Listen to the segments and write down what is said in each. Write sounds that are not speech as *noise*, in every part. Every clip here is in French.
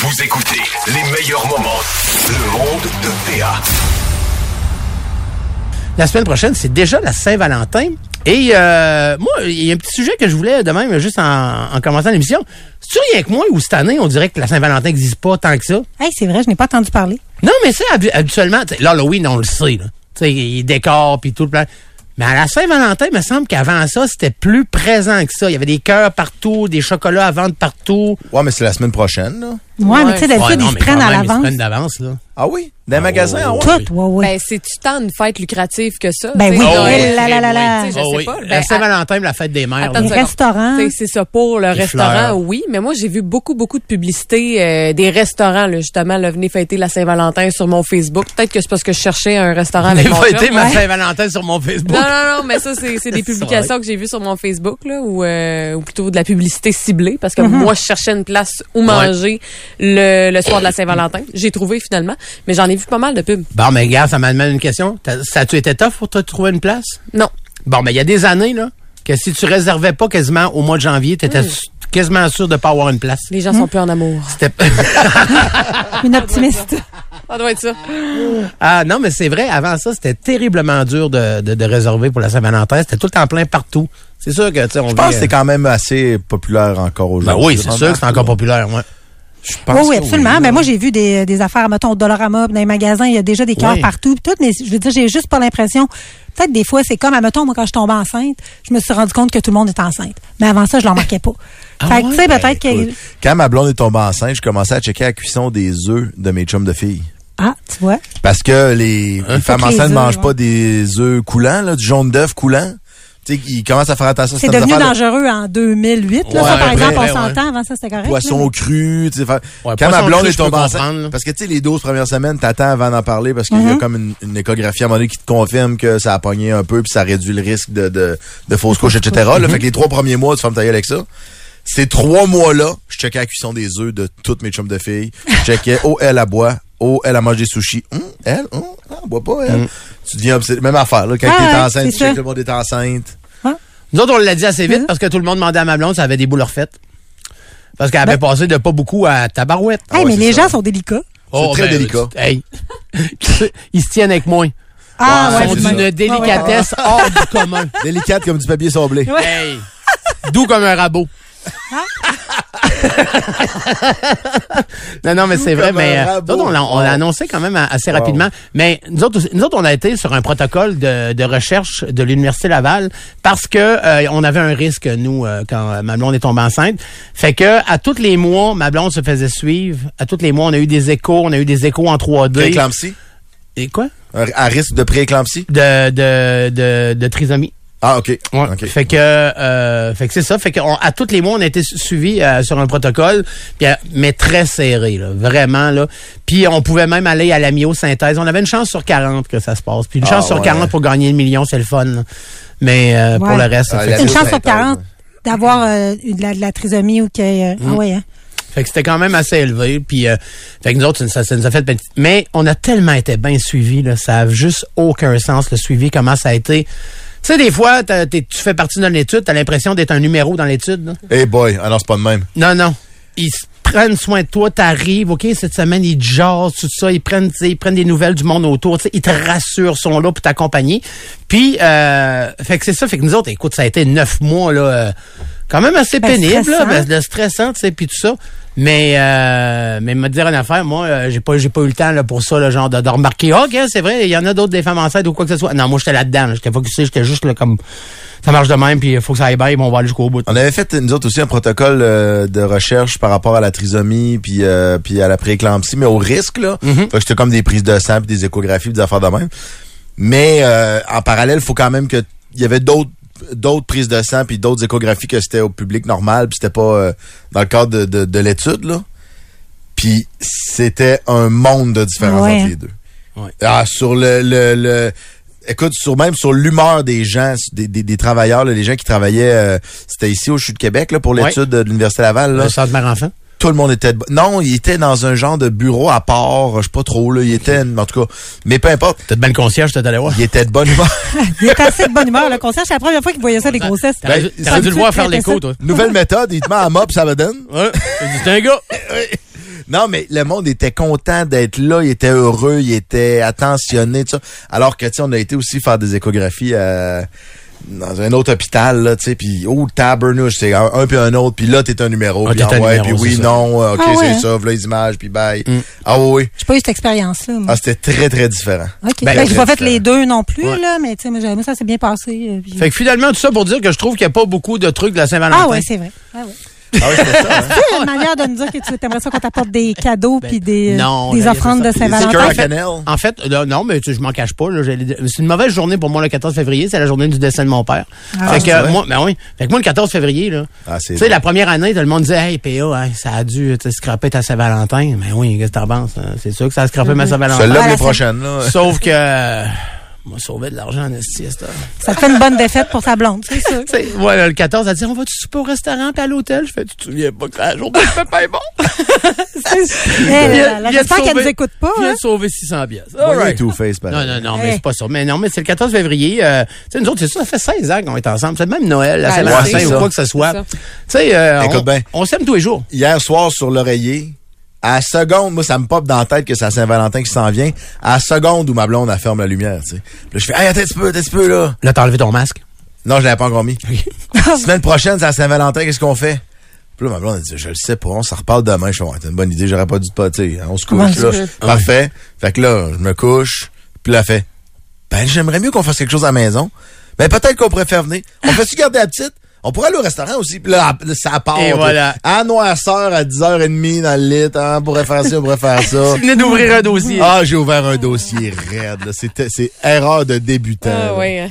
Vous écoutez les meilleurs moments. Le monde de Théa. La semaine prochaine, c'est déjà la Saint-Valentin. Et euh, moi, il y a un petit sujet que je voulais de même, juste en, en commençant l'émission. C'est-tu rien que moi ou cette année, on dirait que la Saint-Valentin n'existe pas tant que ça? Hey, c'est vrai, je n'ai pas entendu parler. Non, mais ça, habi- habituellement, t'sais, l'Halloween, on le sait. Là. T'sais, il décore, puis tout le plan. Mais à la Saint-Valentin, il me semble qu'avant ça, c'était plus présent que ça. Il y avait des cœurs partout, des chocolats à vendre partout. Ouais, mais c'est la semaine prochaine, là. Ouais, mais tu sais, Ouais, d'habitude, non, ils se mais prennent quand à même, ils se l'avance. prennent d'avance, là. Ah oui? Dans les magasins, ah ouais. Tout, ouais, ouais. Ben, c'est-tu tant une fête lucrative que ça? Ben tu sais, oui. Noël, Oh, oui. La, la, la, la. tu sais, Ah Je sais oui. pas. la Ben, Saint-Valentin, Oh, la fête des mères. Attends là. une Les seconde. restaurants. Tu sais, C'est ça pour le Les restaurant, fleurs. oui. Mais moi, j'ai vu beaucoup, beaucoup de publicités euh, des restaurants, là, justement. Là, venez fêter la Saint-Valentin sur mon Facebook. Peut-être que c'est parce que je cherchais un restaurant avec J'ai mon chum. fêté ma Ouais. Saint-Valentin sur mon Facebook. Non, non, non, mais ça, c'est c'est des C'est vrai. publications que j'ai vues sur mon Facebook, là, ou, euh, ou plutôt de la publicité ciblée, parce Mm-hmm. que moi, je cherchais une place où manger le, le soir de la Saint-Valentin. J'ai trouvé, finalement, mais j'en ai vu pas mal de pubs. Bon, mais gars, ça m'a demandé une question. T'as- Ça a-tu été tough pour te trouver une place? Non. Bon, mais il y a des années, là, que si tu réservais pas quasiment au mois de janvier, t'étais su- quasiment sûr de pas avoir une place. Hmm. Les gens sont plus en amour. C'était- Une optimiste. Ça doit être ça. ah non, mais c'est vrai, avant ça, c'était terriblement dur de, de, de réserver pour la Saint-Valentin. C'était tout le temps plein partout. C'est sûr que, tu sais, on Je pense que c'est quand même assez populaire encore Ben aujourd'hui. oui, c'est sûr que c'est encore populaire, ouais. Je Oui, pense oui, que absolument. oui, mais là. moi, j'ai vu des, euh, des affaires, mettons, au Dollarama, dans les magasins, il y a déjà des cœurs Oui. partout, pis tout, mais je veux dire, j'ai juste pas l'impression. Peut-être des fois, c'est comme, mettons, moi, quand je tombe enceinte, je me suis rendu compte que tout le monde est enceinte. Mais avant ça, je l'en marquais *laughs* pas. fait que, tu sais, ouais, peut-être que. Ah Ben, Écoute, Quand ma blonde est tombée enceinte, je commençais à checker la cuisson des œufs de mes chums de filles. Ah, tu vois. Parce que les, Hein? les femmes Toutes les enceintes ne œufs, mangent ouais. pas des œufs coulants, là, du jaune d'œuf coulant. Tu sais, ils commencent à faire attention à C'est certaines devenu affaires, là. dangereux en 2008. là, Ouais, ça, par ouais, exemple, on ouais, s'entend. Avant ça, c'était correct. ben, Poisson là. au cru, tu sais, faire- Ouais, quand ma poisson blonde cru, est je peux tombée comprendre, là. enceinte, parce que tu sais, les 12 premières semaines, t'attends avant d'en parler parce qu'il y a Mm-hmm. comme une, une échographie à un moment donné qui te confirme que ça a pogné un peu puis ça réduit le risque de, de, de fausse couche, etc. Mm-hmm. là, fait que les trois premiers mois, tu fermes ta gueule avec ça. Ces trois mois-là, je checkais la cuisson des œufs de toutes mes chums de filles. Je *laughs* checkais, oh, elle, elle boit. Oh, elle, a mangé des sushis. Hum, elle, hum, elle, elle boit pas, Mm. elle. Tu deviens obsédé. Même affaire, là. Quand Ah t'es ouais, enceinte, c'est tu checkes ça. le monde est enceinte. Nous autres, on l'a dit assez Hein? vite parce que tout le monde demandait à ma blonde, ça avait des boules refaites. Parce qu'elle Ben- avait passé de pas beaucoup à tabarouette. Hey, Ah ouais, mais c'est les ça. gens sont délicats. Oh, très ben, délicat. tu- Hey. *laughs* Ils se tiennent avec moi. Ah, Ouais, Ils sont c'est ça. Ah d'une délicatesse hors du commun. Délicate comme du papier *laughs* sablé. Hey. Doux comme un rabot. non, non, mais c'est vrai, comme mais un euh, rabot. nous autres, on l'a on l'a annoncé quand même hein, assez rapidement. Mais nous autres, aussi- nous autres, on a été sur un protocole de, de recherche de l'Université Laval parce que euh, on avait un risque, nous, euh, quand euh, ma blonde est tombée enceinte. Fait que à tous les mois, ma blonde se faisait suivre. À tous les mois, on a eu des échos, on a eu des échos en 3D. Prééclampsie. Et quoi? Un- À risque de prééclampsie. De, de, de, de trisomie. Ah, OK. Ouais. OK. Fait que, euh, fait que c'est ça. Fait que on- à tous les mois, on a été su- suivis euh, sur un protocole, puis, euh, mais très serré, là, vraiment là. Puis on pouvait même aller à la myosynthèse. On avait une chance sur 40 que ça se passe. Puis une Ah, chance sur ouais. 40 pour gagner le million, c'est le fun. là. Mais euh, pour Ouais. le reste, Ah, fait, la- que- Une chance sur synthèse, 40 ouais. d'avoir euh, eu de, la, de la trisomie ou que. euh, Ah, Mm. ouais, hein. *laughs* fait que c'était quand même assez élevé. Puis, euh, fait que nous autres, ça, ça nous a fait. petit- Mais on a tellement été bien suivis, là, ça a juste aucun sens le suivi. Comment ça a été. Tu sais, des fois, t'as- t'es- tu fais partie d'une étude, t'as l'impression d'être un numéro dans l'étude. là. Hey boy, ah non, c'est pas de même. Non, non. Ils se prennent soin de toi, t'arrives, OK, cette semaine, ils te jasent, tout ça, ils prennent, tu sais, ils prennent des nouvelles du monde autour, tu sais, ils te rassurent, sont là pour t'accompagner. Puis, euh, fait que c'est ça, fait que nous autres, écoute, ça a été neuf mois, là, euh, quand même assez Ben, pénible, là, stressant. ben, de stressant, tu sais, puis tout ça. Mais, euh, mais me dire une affaire, moi, euh, j'ai pas, j'ai pas eu le temps, là, pour ça, là, genre, de, de remarquer, OK, c'est vrai, il y en a d'autres des femmes enceintes ou quoi que ce soit. Non, moi, j'étais là-dedans, là, j'étais focusé, j'étais juste, là, comme, ça marche de même, puis il faut que ça aille bien, puis on va aller jusqu'au bout. On avait fait, nous autres aussi, un protocole euh, de recherche par rapport à la trisomie puis, euh, puis à la prééclampsie, mais au risque, là. Mm-hmm. Fait que c'était comme des prises de sang, puis des échographies, puis des affaires de même. Mais euh, en parallèle, faut quand même que il y avait d'autres d'autres prises de sang puis d'autres échographies que c'était au public normal puis c'était pas euh, dans le cadre de, de, de l'étude là Puis c'était un monde de différence Ouais. entre les deux. Ouais. Ah, sur le, le, le- écoute, sur même sur l'humeur des gens, sur des, des, des travailleurs, là, les gens qui travaillaient, euh, c'était ici au CHU de Québec là, pour Ouais. l'étude de l'Université Laval. Là. Le centre mère-enfant. Tout le monde était de bo- non, il était dans un genre de bureau à part, je sais pas trop là, il était en tout cas, mais peu importe, T'as de belles concierge, t'es allé voir. il était de bonne humeur. *laughs* Il est assez de bonne humeur, le concierge. C'est la première fois qu'il voyait Ben, ça, des grossesses. T'aurais Ben, dû- t'aurais dû le voir faire l'écho, toi. Nouvelle méthode, il te met à mop, ça va donne. Ouais. T'as dit, C'est un gars. Non, mais le monde était content d'être là, il était heureux, il était attentionné, tout ça. Alors que, tu sais, on a été aussi faire des échographies à- dans un autre hôpital, là, tu sais, puis oh, tabarnouche, c'est un, un puis un autre, puis là, t'es un numéro, Ah, puis t'es ah un ouais, numéro, puis c'est oui, ça. Mm. non, euh, ok, Ah ouais, c'est hein? ça, voilà les images, puis bye. Ah oui, J'ai pas eu cette expérience-là, moi. ah, c'était très, très différent. OK. Ben, Ben, j'ai pas fait c'est- les deux non plus, Ouais. là, mais tu sais, moi, j'ai- moi, ça s'est bien passé. euh, puis- *laughs* Fait que finalement, tout ça pour dire que je trouve qu'il n'y a pas beaucoup de trucs de la Saint-Valentin. Ah ouais, c'est vrai. Ah ouais. Ah oui, c'était ça, hein? C'est une manière de nous dire que tu aimerais ça qu'on t'apporte des cadeaux puis des, euh, Ben, non, des là, offrandes ça- de Des Saint-Valentin. stickers à Fait- cannelle. En fait, là, non, mais tu sais, je m'en cache pas. là, j'allais dire- c'est une mauvaise journée pour moi le 14 février. C'est la journée du décès de mon père. Ah, fait c'est que vrai? moi, ben oui. Fait que moi le 14 février là. Ah, c'est tu sais vrai. la première année, tout le monde disait, hey PA, hein, ça a dû tu sais, scraper ta Saint-Valentin. Mais oui, qu'est-ce que t'en penses hein? C'est sûr que ça a scrapé ma Saint-Valentin. Celle-là, Ah, les la prochaines, là. Sauf que euh, m'a sauvé de l'argent en esti, c'est ça. Ça te fait une bonne défaite pour ta blonde, c'est *laughs* sûr. Tu sais, voilà, le 14, elle dit, on va-tu souper au restaurant puis à l'hôtel? Je fais, tu te souviens pas que la journée de papa est bon? Hey, Viens- Eh Ben, là, viens là, te J'espère qu'elle sauver- nous écoute pas. Viens hein. te sauver 600 pièces. Voyez tout face, pareil. Non, non, non, mais Hey. c'est pas ça. Mais non, mais c'est le 14 février. Euh, tu sais, nous autres, c'est ça, ça fait 16 ans qu'on est ensemble. C'est même Noël, la Ben, c'est Saint-Valentin ou ça. quoi que ce soit. C'est ça. Tu sais, euh, Écoute on, bien. on s'aime tous les jours. hier soir sur l'oreiller, à la seconde, moi, ça me pop dans la tête que c'est à Saint-Valentin qui s'en vient, à la seconde où ma blonde, elle ferme la lumière, tu sais. Puis là, je fais, hey, attends un petit peu, attends un petit peu, là. Là, t'as enlevé ton masque. Non, je l'avais pas encore mis. Semaine prochaine, c'est à Saint-Valentin, qu'est-ce qu'on fait? Puis là, ma blonde, elle dit, je le sais pas, on s'en reparle demain. Je fais, ouais, c'est une bonne idée, j'aurais pas dû te pâtir. hein, On se couche, là. Parfait. Fait que là, je me couche, puis là, elle fait, ben, j'aimerais mieux qu'on fasse quelque chose à la maison. Ben, peut-être qu'on pourrait faire venir. On fait-tu garder la petite? On pourrait aller au restaurant aussi. Puis là, ça part. Et là. voilà. À noirceur, à 10h30 dans le lit, hein, on pourrait faire ça, on pourrait *laughs* faire ça. Tu venais d'ouvrir un dossier. Ah, j'ai ouvert un dossier raide. là. C'était- C'est erreur de débutant. Ah, là. ouais.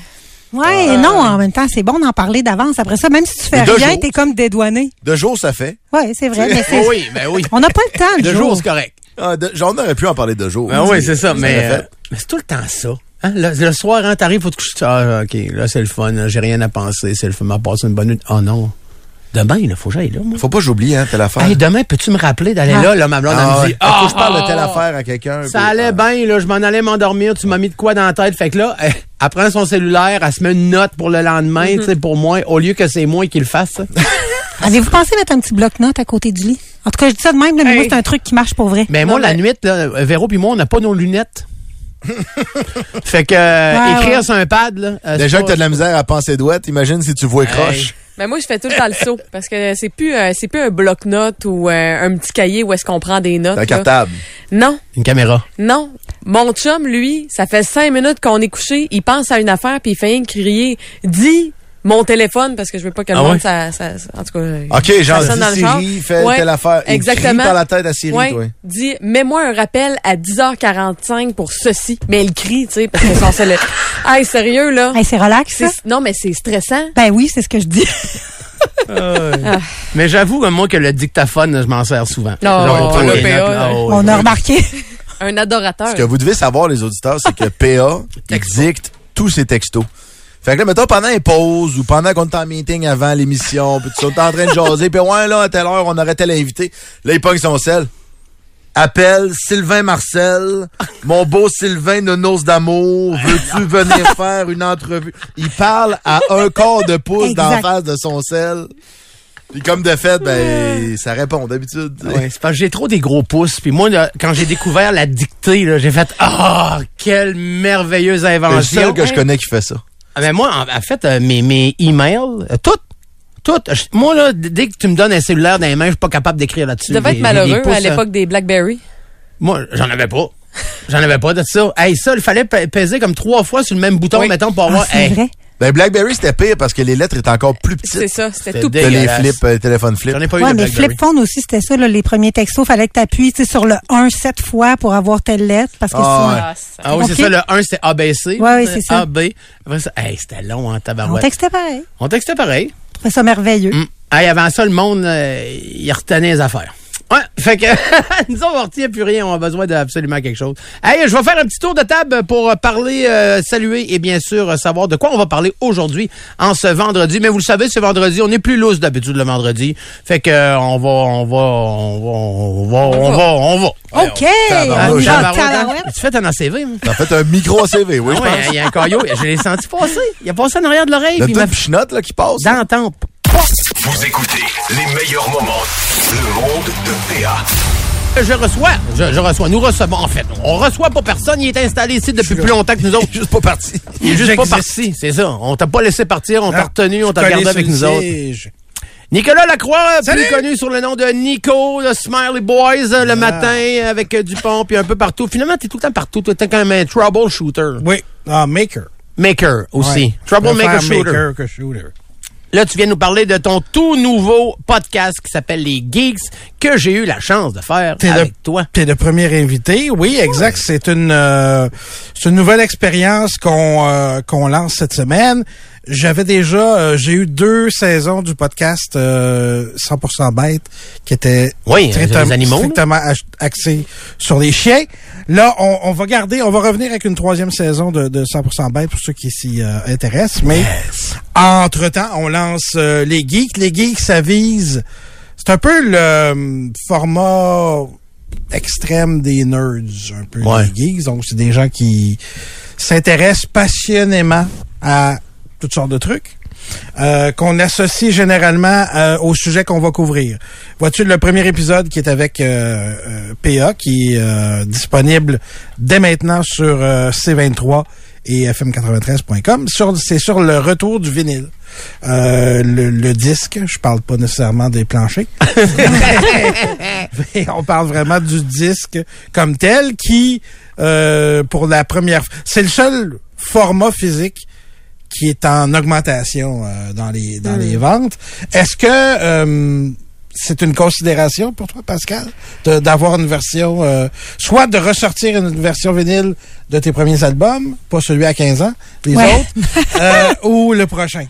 Ouais, non, en même temps, c'est bon d'en parler d'avance. Après ça, même si tu fais Deux rien, jours. t'es comme dédouané. De jour, ça fait. Ouais, c'est *laughs* vrai. Mais Oh c'est- oui, ben oui. On n'a pas le temps, *laughs* le Deux jour. jours, c'est correct. Ah, de- J'en aurais pu en parler de jour. Ben oui, c'est ça. Je Mais, l'aurais euh, fait. mais c'est tout le temps ça. Hein? Le, le soir, hein, t'arrives, faut te coucher. Ah, OK, là, c'est le fun. hein, J'ai rien à penser. C'est le fun. M'a passé une bonne nuit. Oh non. Demain, il faut que j'aille là, moi. Faut pas que j'oublie, hein, telle affaire. Hey, demain, peux-tu me rappeler d'aller Ah. là? Là, ma blonde, elle Ah, me ouais. dit, Faut ah, que je parle de telle ah, affaire à quelqu'un. Ça puis- allait ah. bien, là. Je m'en allais m'endormir. Tu m'as mis de quoi dans la tête? Fait que là, *laughs* elle, elle prend son cellulaire, elle se met une note pour le lendemain, Mm-hmm. tu sais, pour moi, au lieu que c'est moi qui le fasse. *laughs* ça. Avez-vous pensé mettre un petit bloc-notes à côté du lit? En tout cas, je dis ça de même, là, mais moi, c'est un truc qui marche pour vrai. Mais moi, Non, la mais- nuit, là, Véro puis moi, on n'a pas nos lunettes. *laughs* fait que, euh, Ouais, écrire ouais. sur un pad, là. euh, Déjà c'est que t'as de la misère à penser douette, imagine si tu vois Hey. croche. Ben moi, je fais tout le temps le saut parce que c'est plus euh, c'est plus un bloc-notes ou euh, un petit cahier où est-ce qu'on prend des notes. T'as un là. cartable. Non, Une caméra. non. Mon chum, lui, ça fait cinq minutes qu'on est couché, il pense à une affaire puis il fait rien que crier. Dis mon téléphone parce que je veux pas que le Ah monde ouais? ça, ça- ça- en tout cas. euh, OK, genre, sonne dans dis le char. Siri, fais Ouais, telle affaire. Il exactement. crie par la tête à Siri, ouais, toi. Dis mets-moi un rappel à 10h45 pour ceci. Mais il crie, tu sais, parce que son cellulaire. Hey, sérieux là. Hey, c'est relax, ça? C'est- non mais c'est stressant. Ben oui, c'est ce que je dis. Ah Mais j'avoue, euh, moi, que le dictaphone, je m'en sers souvent. Genre, pour le les PA, notes, là. Ah ouais. Oh, On oui. a remarqué. Un adorateur. Ce que vous devez savoir, les auditeurs, c'est que PA, il dicte tous ses textos. Fait que là, mettons, pendant une pause ou pendant qu'on est en meeting avant l'émission, puis tu es en train de jaser, puis ouais, là, à telle heure, on aurait tel invité. Là, il pogne son sel. Appelle Sylvain Marcel, mon beau Sylvain de Noce d'amour, veux-tu venir faire une entrevue? Il parle à un quart de pouce Exact. d'en face de son sel. Puis comme de fait, ben, ça répond d'habitude. tu sais. Ouais, c'est parce que j'ai trop des gros pouces. Puis moi, là, quand j'ai découvert la dictée, là, j'ai fait Ah, quelle merveilleuse C'est le invention! seul que je connais qui fait ça. Ah, mais moi, en, en fait, euh, mes, mes emails, euh, tout, tout. je- Moi, là, d- dès que tu me donnes un cellulaire dans les mains, je suis pas capable d'écrire là-dessus. Tu devais J'ai- être j'ai des malheureux pouces, à l'époque des Blackberry. euh, Moi, j'en avais pas. J'en avais pas de ça. Hey, ça, il fallait pe- peser comme trois fois sur le même bouton, Oui. mettons, pour Ah, avoir. c'est hey, vrai. Ben, Blackberry, c'était pire parce que les lettres étaient encore plus C'est petites ça, c'était C'était tout que petit. dé- les dégueulasse. flips, euh, téléphone flip. J'en ai pas eu Ouais, de mais Blackberry. flip phone aussi, c'était ça, là, les premiers textos. Fallait que t'appuies, tu sais, sur le 1 sept fois pour avoir telle lettre. Parce que Ah, sinon, ouais. Ah, ça- Ah oui, c'est Ok. ça. Le 1, c'est ABC. Ouais, ouais, c'est ça. AB. Après ça, hey, c'était long en on tabarouette. textait pareil. On textait pareil. Je trouvais ça merveilleux. Mm. Hey, avant ça, le monde, euh, il retenait les affaires. Ouais, fait que *laughs* nous autres, on retient plus rien, on a besoin d'absolument quelque chose. Hey, je vais faire un petit tour de table pour euh, parler, euh, saluer et bien sûr euh, savoir de quoi on va parler aujourd'hui en ce vendredi. Mais vous le savez, ce vendredi, on est plus loose d'habitude le vendredi. Fait que euh, on va, on va, on va, on va, on va, on va. OK! tabarnouche. On Ah, y va, Tabarouette, hein? tabarouette. Tu fais ton ACV, moi. T'as fait un micro CV, oui, Ah je ouais, pense. il y a un caillot, je l'ai senti passer. Il a passé en arrière de l'oreille, Le puis il m'a truc chinotte, là, qui passe. dans la tempe. Vous écoutez les meilleurs moments. Le monde de Théa. Je reçois, je, je reçois, nous recevons, en fait, on reçoit pas personne, il est installé ici depuis plus longtemps que nous autres. Juste pas parti. Il est juste pas J'existe. parti, c'est ça. On t'a pas laissé partir, Ah. on t'a retenu, on t'a gardé Collé sur avec le nous autres. siège. Nicolas Lacroix, plus Salut! connu sous le nom de Nico, le Smiley Boys, le matin avec euh, Dupont, puis un peu partout. Finalement, t'es tout le temps partout. Toi, T'es quand même un troubleshooter. Oui. Ah, maker. Maker aussi. Ouais. Troublemaker Je shooter. préfère Maker que shooter. Là, tu viens nous parler de ton tout nouveau podcast qui s'appelle Les Geeks, que j'ai eu la chance de faire T'es avec le, toi. T'es le premier invité. Oui, exact. C'est une, euh, c'est une nouvelle expérience qu'on euh, qu'on lance cette semaine. J'avais déjà, euh, j'ai eu deux saisons du podcast euh, 100% bête qui était Oui, strictem- euh, les animaux, strictement ach- axé sur les chiens. Là, on, on va garder, on va revenir avec une troisième saison de, de 100% bête pour ceux qui s'y euh, intéressent. Mais entre-temps, on lance euh, les geeks. Les geeks, ça vise... C'est un peu le euh, format extrême des nerds, un peu Ouais. des geeks. Donc, c'est des gens qui s'intéressent passionnément à toutes sortes de trucs. euh, qu'on associe généralement euh, au sujet qu'on va couvrir. Vois-tu le premier épisode qui est avec euh, euh, PA, qui est euh, disponible dès maintenant sur euh, C23 et FM93.com. Sur, c'est sur le retour du vinyle. Euh, le, le disque, je parle pas nécessairement des planchers. Mais on parle vraiment du disque comme tel qui, euh, pour la première... C'est le seul format physique qui est en augmentation euh, dans les dans Hmm. les ventes. Est-ce que euh, c'est une considération pour toi, Pascal, de- d'avoir une version, euh, soit de ressortir une version vinyle de tes premiers albums, pas celui à 15 ans, les Ouais. *laughs* autres, euh, ou le prochain?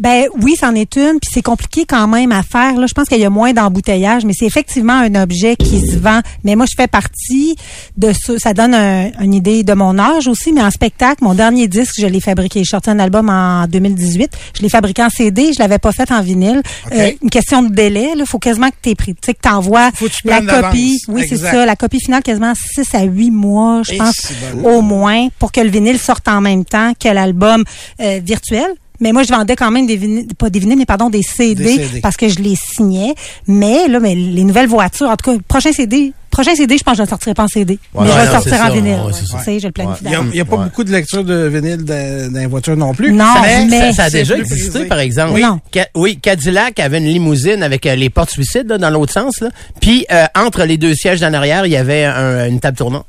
Ben oui, c'en est une, puis c'est compliqué quand même à faire. Là, je pense qu'il y a moins d'embouteillage, mais c'est effectivement un objet qui se vend. Mais moi, je fais partie de ce. Ça donne un- une idée de mon âge aussi, mais en spectacle, mon dernier disque, je l'ai fabriqué. Je sorti un album en 2018. Je l'ai fabriqué en CD, je l'avais pas fait en vinyle. Euh, OK. une question de délai. Il faut quasiment que t'aies pris. Tu sais que t'envoies Faut que tu la prennes d'avance. copie. Oui, c'est Exact. Eh, ça. La copie finale quasiment 6 à 8 mois, je Et pense, si au moins, pour que le vinyle sorte en même temps que l'album euh, virtuel. Mais moi, je vendais quand même des vinyles, pas des vinyles, mais pardon, des CD, Des CD. parce que je les signais. Mais là, mais les nouvelles voitures, en tout cas, prochain CD, prochain CD, je pense que je ne le sortirai pas en CD. Ouais, mais je ouais, vais le non, sortir c'est en ça, vinyle. ouais, c'est ça. Tu sais, je le planifie Il n'y a, d'avance. il y a pas Ouais. beaucoup de lecture de vinyle dans, dans les voitures non plus. Non, mais- ça, ça a Ah, c'est déjà plus existé, prisé. par exemple. Oui. Non. Ca- oui, Cadillac avait une limousine avec euh, les portes suicides là, dans l'autre sens. Là. Puis, euh, entre les deux sièges d'en arrière, il y avait un- une table tournante.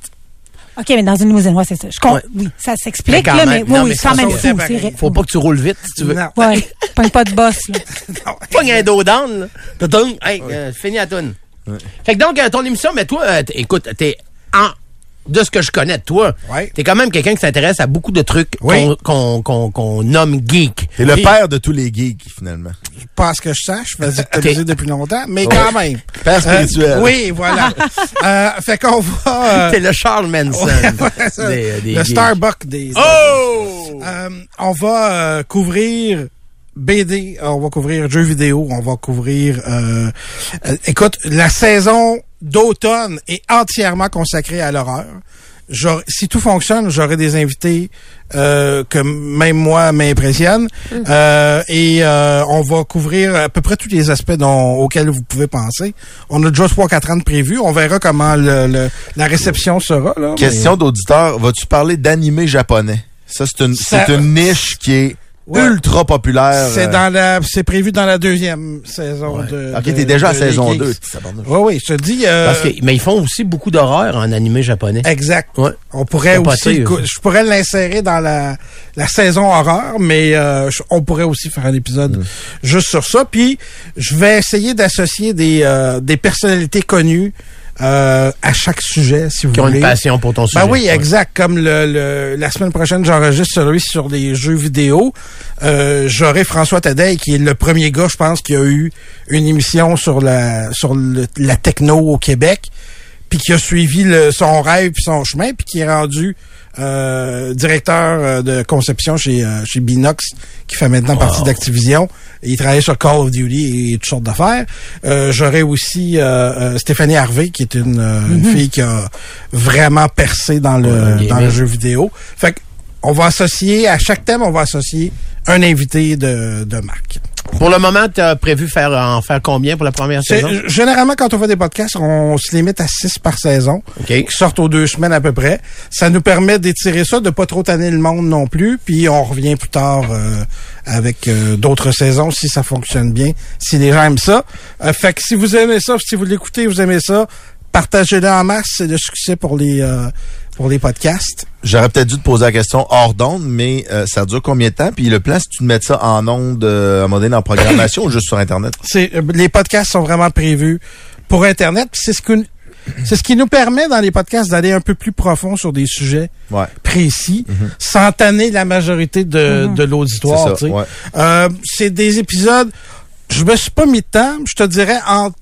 OK, mais dans une limousine, ouais, c'est ça. Je com- Ouais. Oui, ça Mais s'explique, quand là, même, mais, oui, non, oui, mais c'est quand ça, même c'est fou. pareil. c'est vrai. Faut pas que tu roules vite, si tu veux. Non. *laughs* *laughs* Ouais, pogne pas de boss, là. Pogne un dos down, là. Tadung. Hey, euh, fini la toune. Fait que donc, euh, ton émission, mais toi, euh, t- écoute, t'es en... De ce que je connais de toi, Ouais. t'es quand même quelqu'un qui s'intéresse à beaucoup de trucs Oui. qu'on- qu'on qu'on- qu'on nomme geek. T'es le Et- père de tous les geeks, finalement. pas à ce que je sache, je faisais actualiser depuis longtemps, mais Ouais. quand *laughs* même. Père spirituel. Euh, oui, voilà. euh, fait qu'on va... *laughs* euh, T'es le Charles Manson. *laughs* des- des le geeks. Starbucks des... Oh! Euh, on va euh, couvrir BD, on va couvrir jeux vidéo, on va couvrir... euh, euh, écoute, la saison d'automne est entièrement consacrée à l'horreur. J'aurais- Si tout fonctionne, j'aurai des invités euh, que même moi m'impressionnent. Euh, et euh, on va couvrir à peu près tous les aspects dont, auxquels vous pouvez penser. On a déjà 3-4 ans de prévu. On verra comment le, le- la réception sera. Là, Question d'auditeur, vas-tu parler d'animé japonais? Ça, c'est une, Ça- c'est une niche qui est Ouais. ultra populaire. C'est Euh, dans la, c'est prévu dans la deuxième saison de. Ok, de- t'es déjà à de saison Les 2. Geeks. Oui, oui, je te dis. euh, Parce que- mais ils font aussi beaucoup d'horreur en animé japonais. Exact. Ouais. On pourrait Capoté, aussi, le cou- eux. je pourrais l'insérer dans la, la saison horreur, mais euh, je- on pourrait aussi faire un épisode Mm. juste sur ça. Puis, je vais essayer d'associer des, euh, des personnalités connues euh, à chaque sujet, si vous Qui ont voulez. une passion pour ton sujet. Ben oui, Ouais. exact. Comme le, le- la semaine prochaine, j'enregistre celui sur les jeux vidéo. Euh, J'aurai François Tadei, qui est le premier gars, je pense, qui a eu une émission sur la sur le- la techno au Québec, puis qui a suivi le- son rêve puis son chemin, puis qui est rendu euh, directeur euh, de conception chez euh, chez Binox, qui fait maintenant partie d'Activision. Il travaille sur Call of Duty et toutes sortes d'affaires. Euh, J'aurai aussi euh, euh, Stéphanie Harvey, qui est une, euh, une fille qui a vraiment percé dans le, Ouais, euh, dans le gaming. jeu vidéo. Fait que on va associer, à chaque thème, on va associer un invité de, de marque. Pour le moment, tu as prévu faire, en faire combien pour la première C'est- saison? g- Généralement, quand on fait des podcasts, on se limite à six par saison, OK. qui sortent aux deux semaines à peu près. Ça nous permet d'étirer ça, de pas trop tanner le monde non plus, puis on revient plus tard euh, avec euh, d'autres saisons si ça fonctionne bien, si les gens aiment ça. Euh, fait que si vous aimez ça, si vous l'écoutez, vous aimez ça, partagez-le en masse, c'est le succès pour les euh, pour les podcasts. J'aurais peut-être dû te poser la question hors d'onde, mais euh, ça dure combien de temps? Puis le plan, c'est de mettre ça en onde, euh, à un moment donné, en programmation ou juste sur Internet? c'est euh, les podcasts sont vraiment prévus pour internet puis c'est ce que c'est ce qui nous permet dans les podcasts d'aller un peu plus profond sur des sujets Ouais. précis sans tanner la majorité de, de l'auditoire Mhm. C'est ça, tu sais. ouais. Euh, c'est des épisodes je me suis pas mis de temps je te dirais entre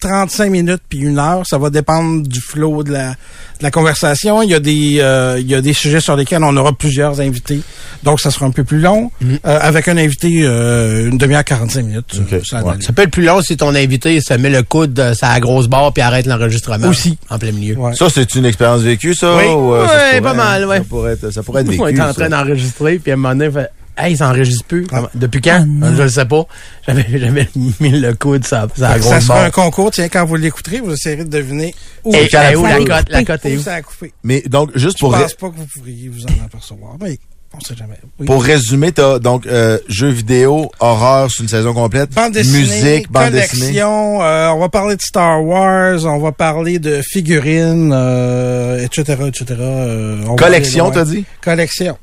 35 minutes puis une heure, ça va dépendre du flow de la, de la conversation. Il y a des euh, il y a des sujets sur lesquels on aura plusieurs invités, donc ça sera un peu plus long. Euh, avec un invité, euh, une demi-heure, 45 minutes. Mhm. euh, Ok, ça va ouais. aller. Ça peut être plus long si ton invité se met le coude euh, sur la grosse barre puis arrête l'enregistrement. Aussi. En plein milieu. Ouais. Ça, c'est une expérience vécue, ça? Oui. ou, euh, ça se Ouais, pourrait, pas mal, hein? ouais. Ça pourrait être, ça *laughs* pourrait être vécu. On est en train ça. d'enregistrer, puis à un moment donné, fait, hey, ça enregistre plus. Ah. Comment- Depuis quand? je le sais pas. J'avais, *laughs* j'avais mis le coude sur, sur la Fait que Ça grosse sera barre. un concours. Tiens, quand vous l'écouterez, vous essayerez de deviner où, Et, Ça et où a la coupé. cote? La cote est où où? ça a coupé. Mais donc, juste Je pour, ré- pense pas que vous pourriez vous en apercevoir, mais on sait jamais. Oui. pour résumer, t'as donc euh, jeux vidéo, horreur sur une saison complète, Bande dessinée, musique, bande dessinée. collection, euh, on va parler de Star Wars, on va parler de figurines, euh, etc., etc. euh, on va Collection, aller loin. t'as dit? Collection.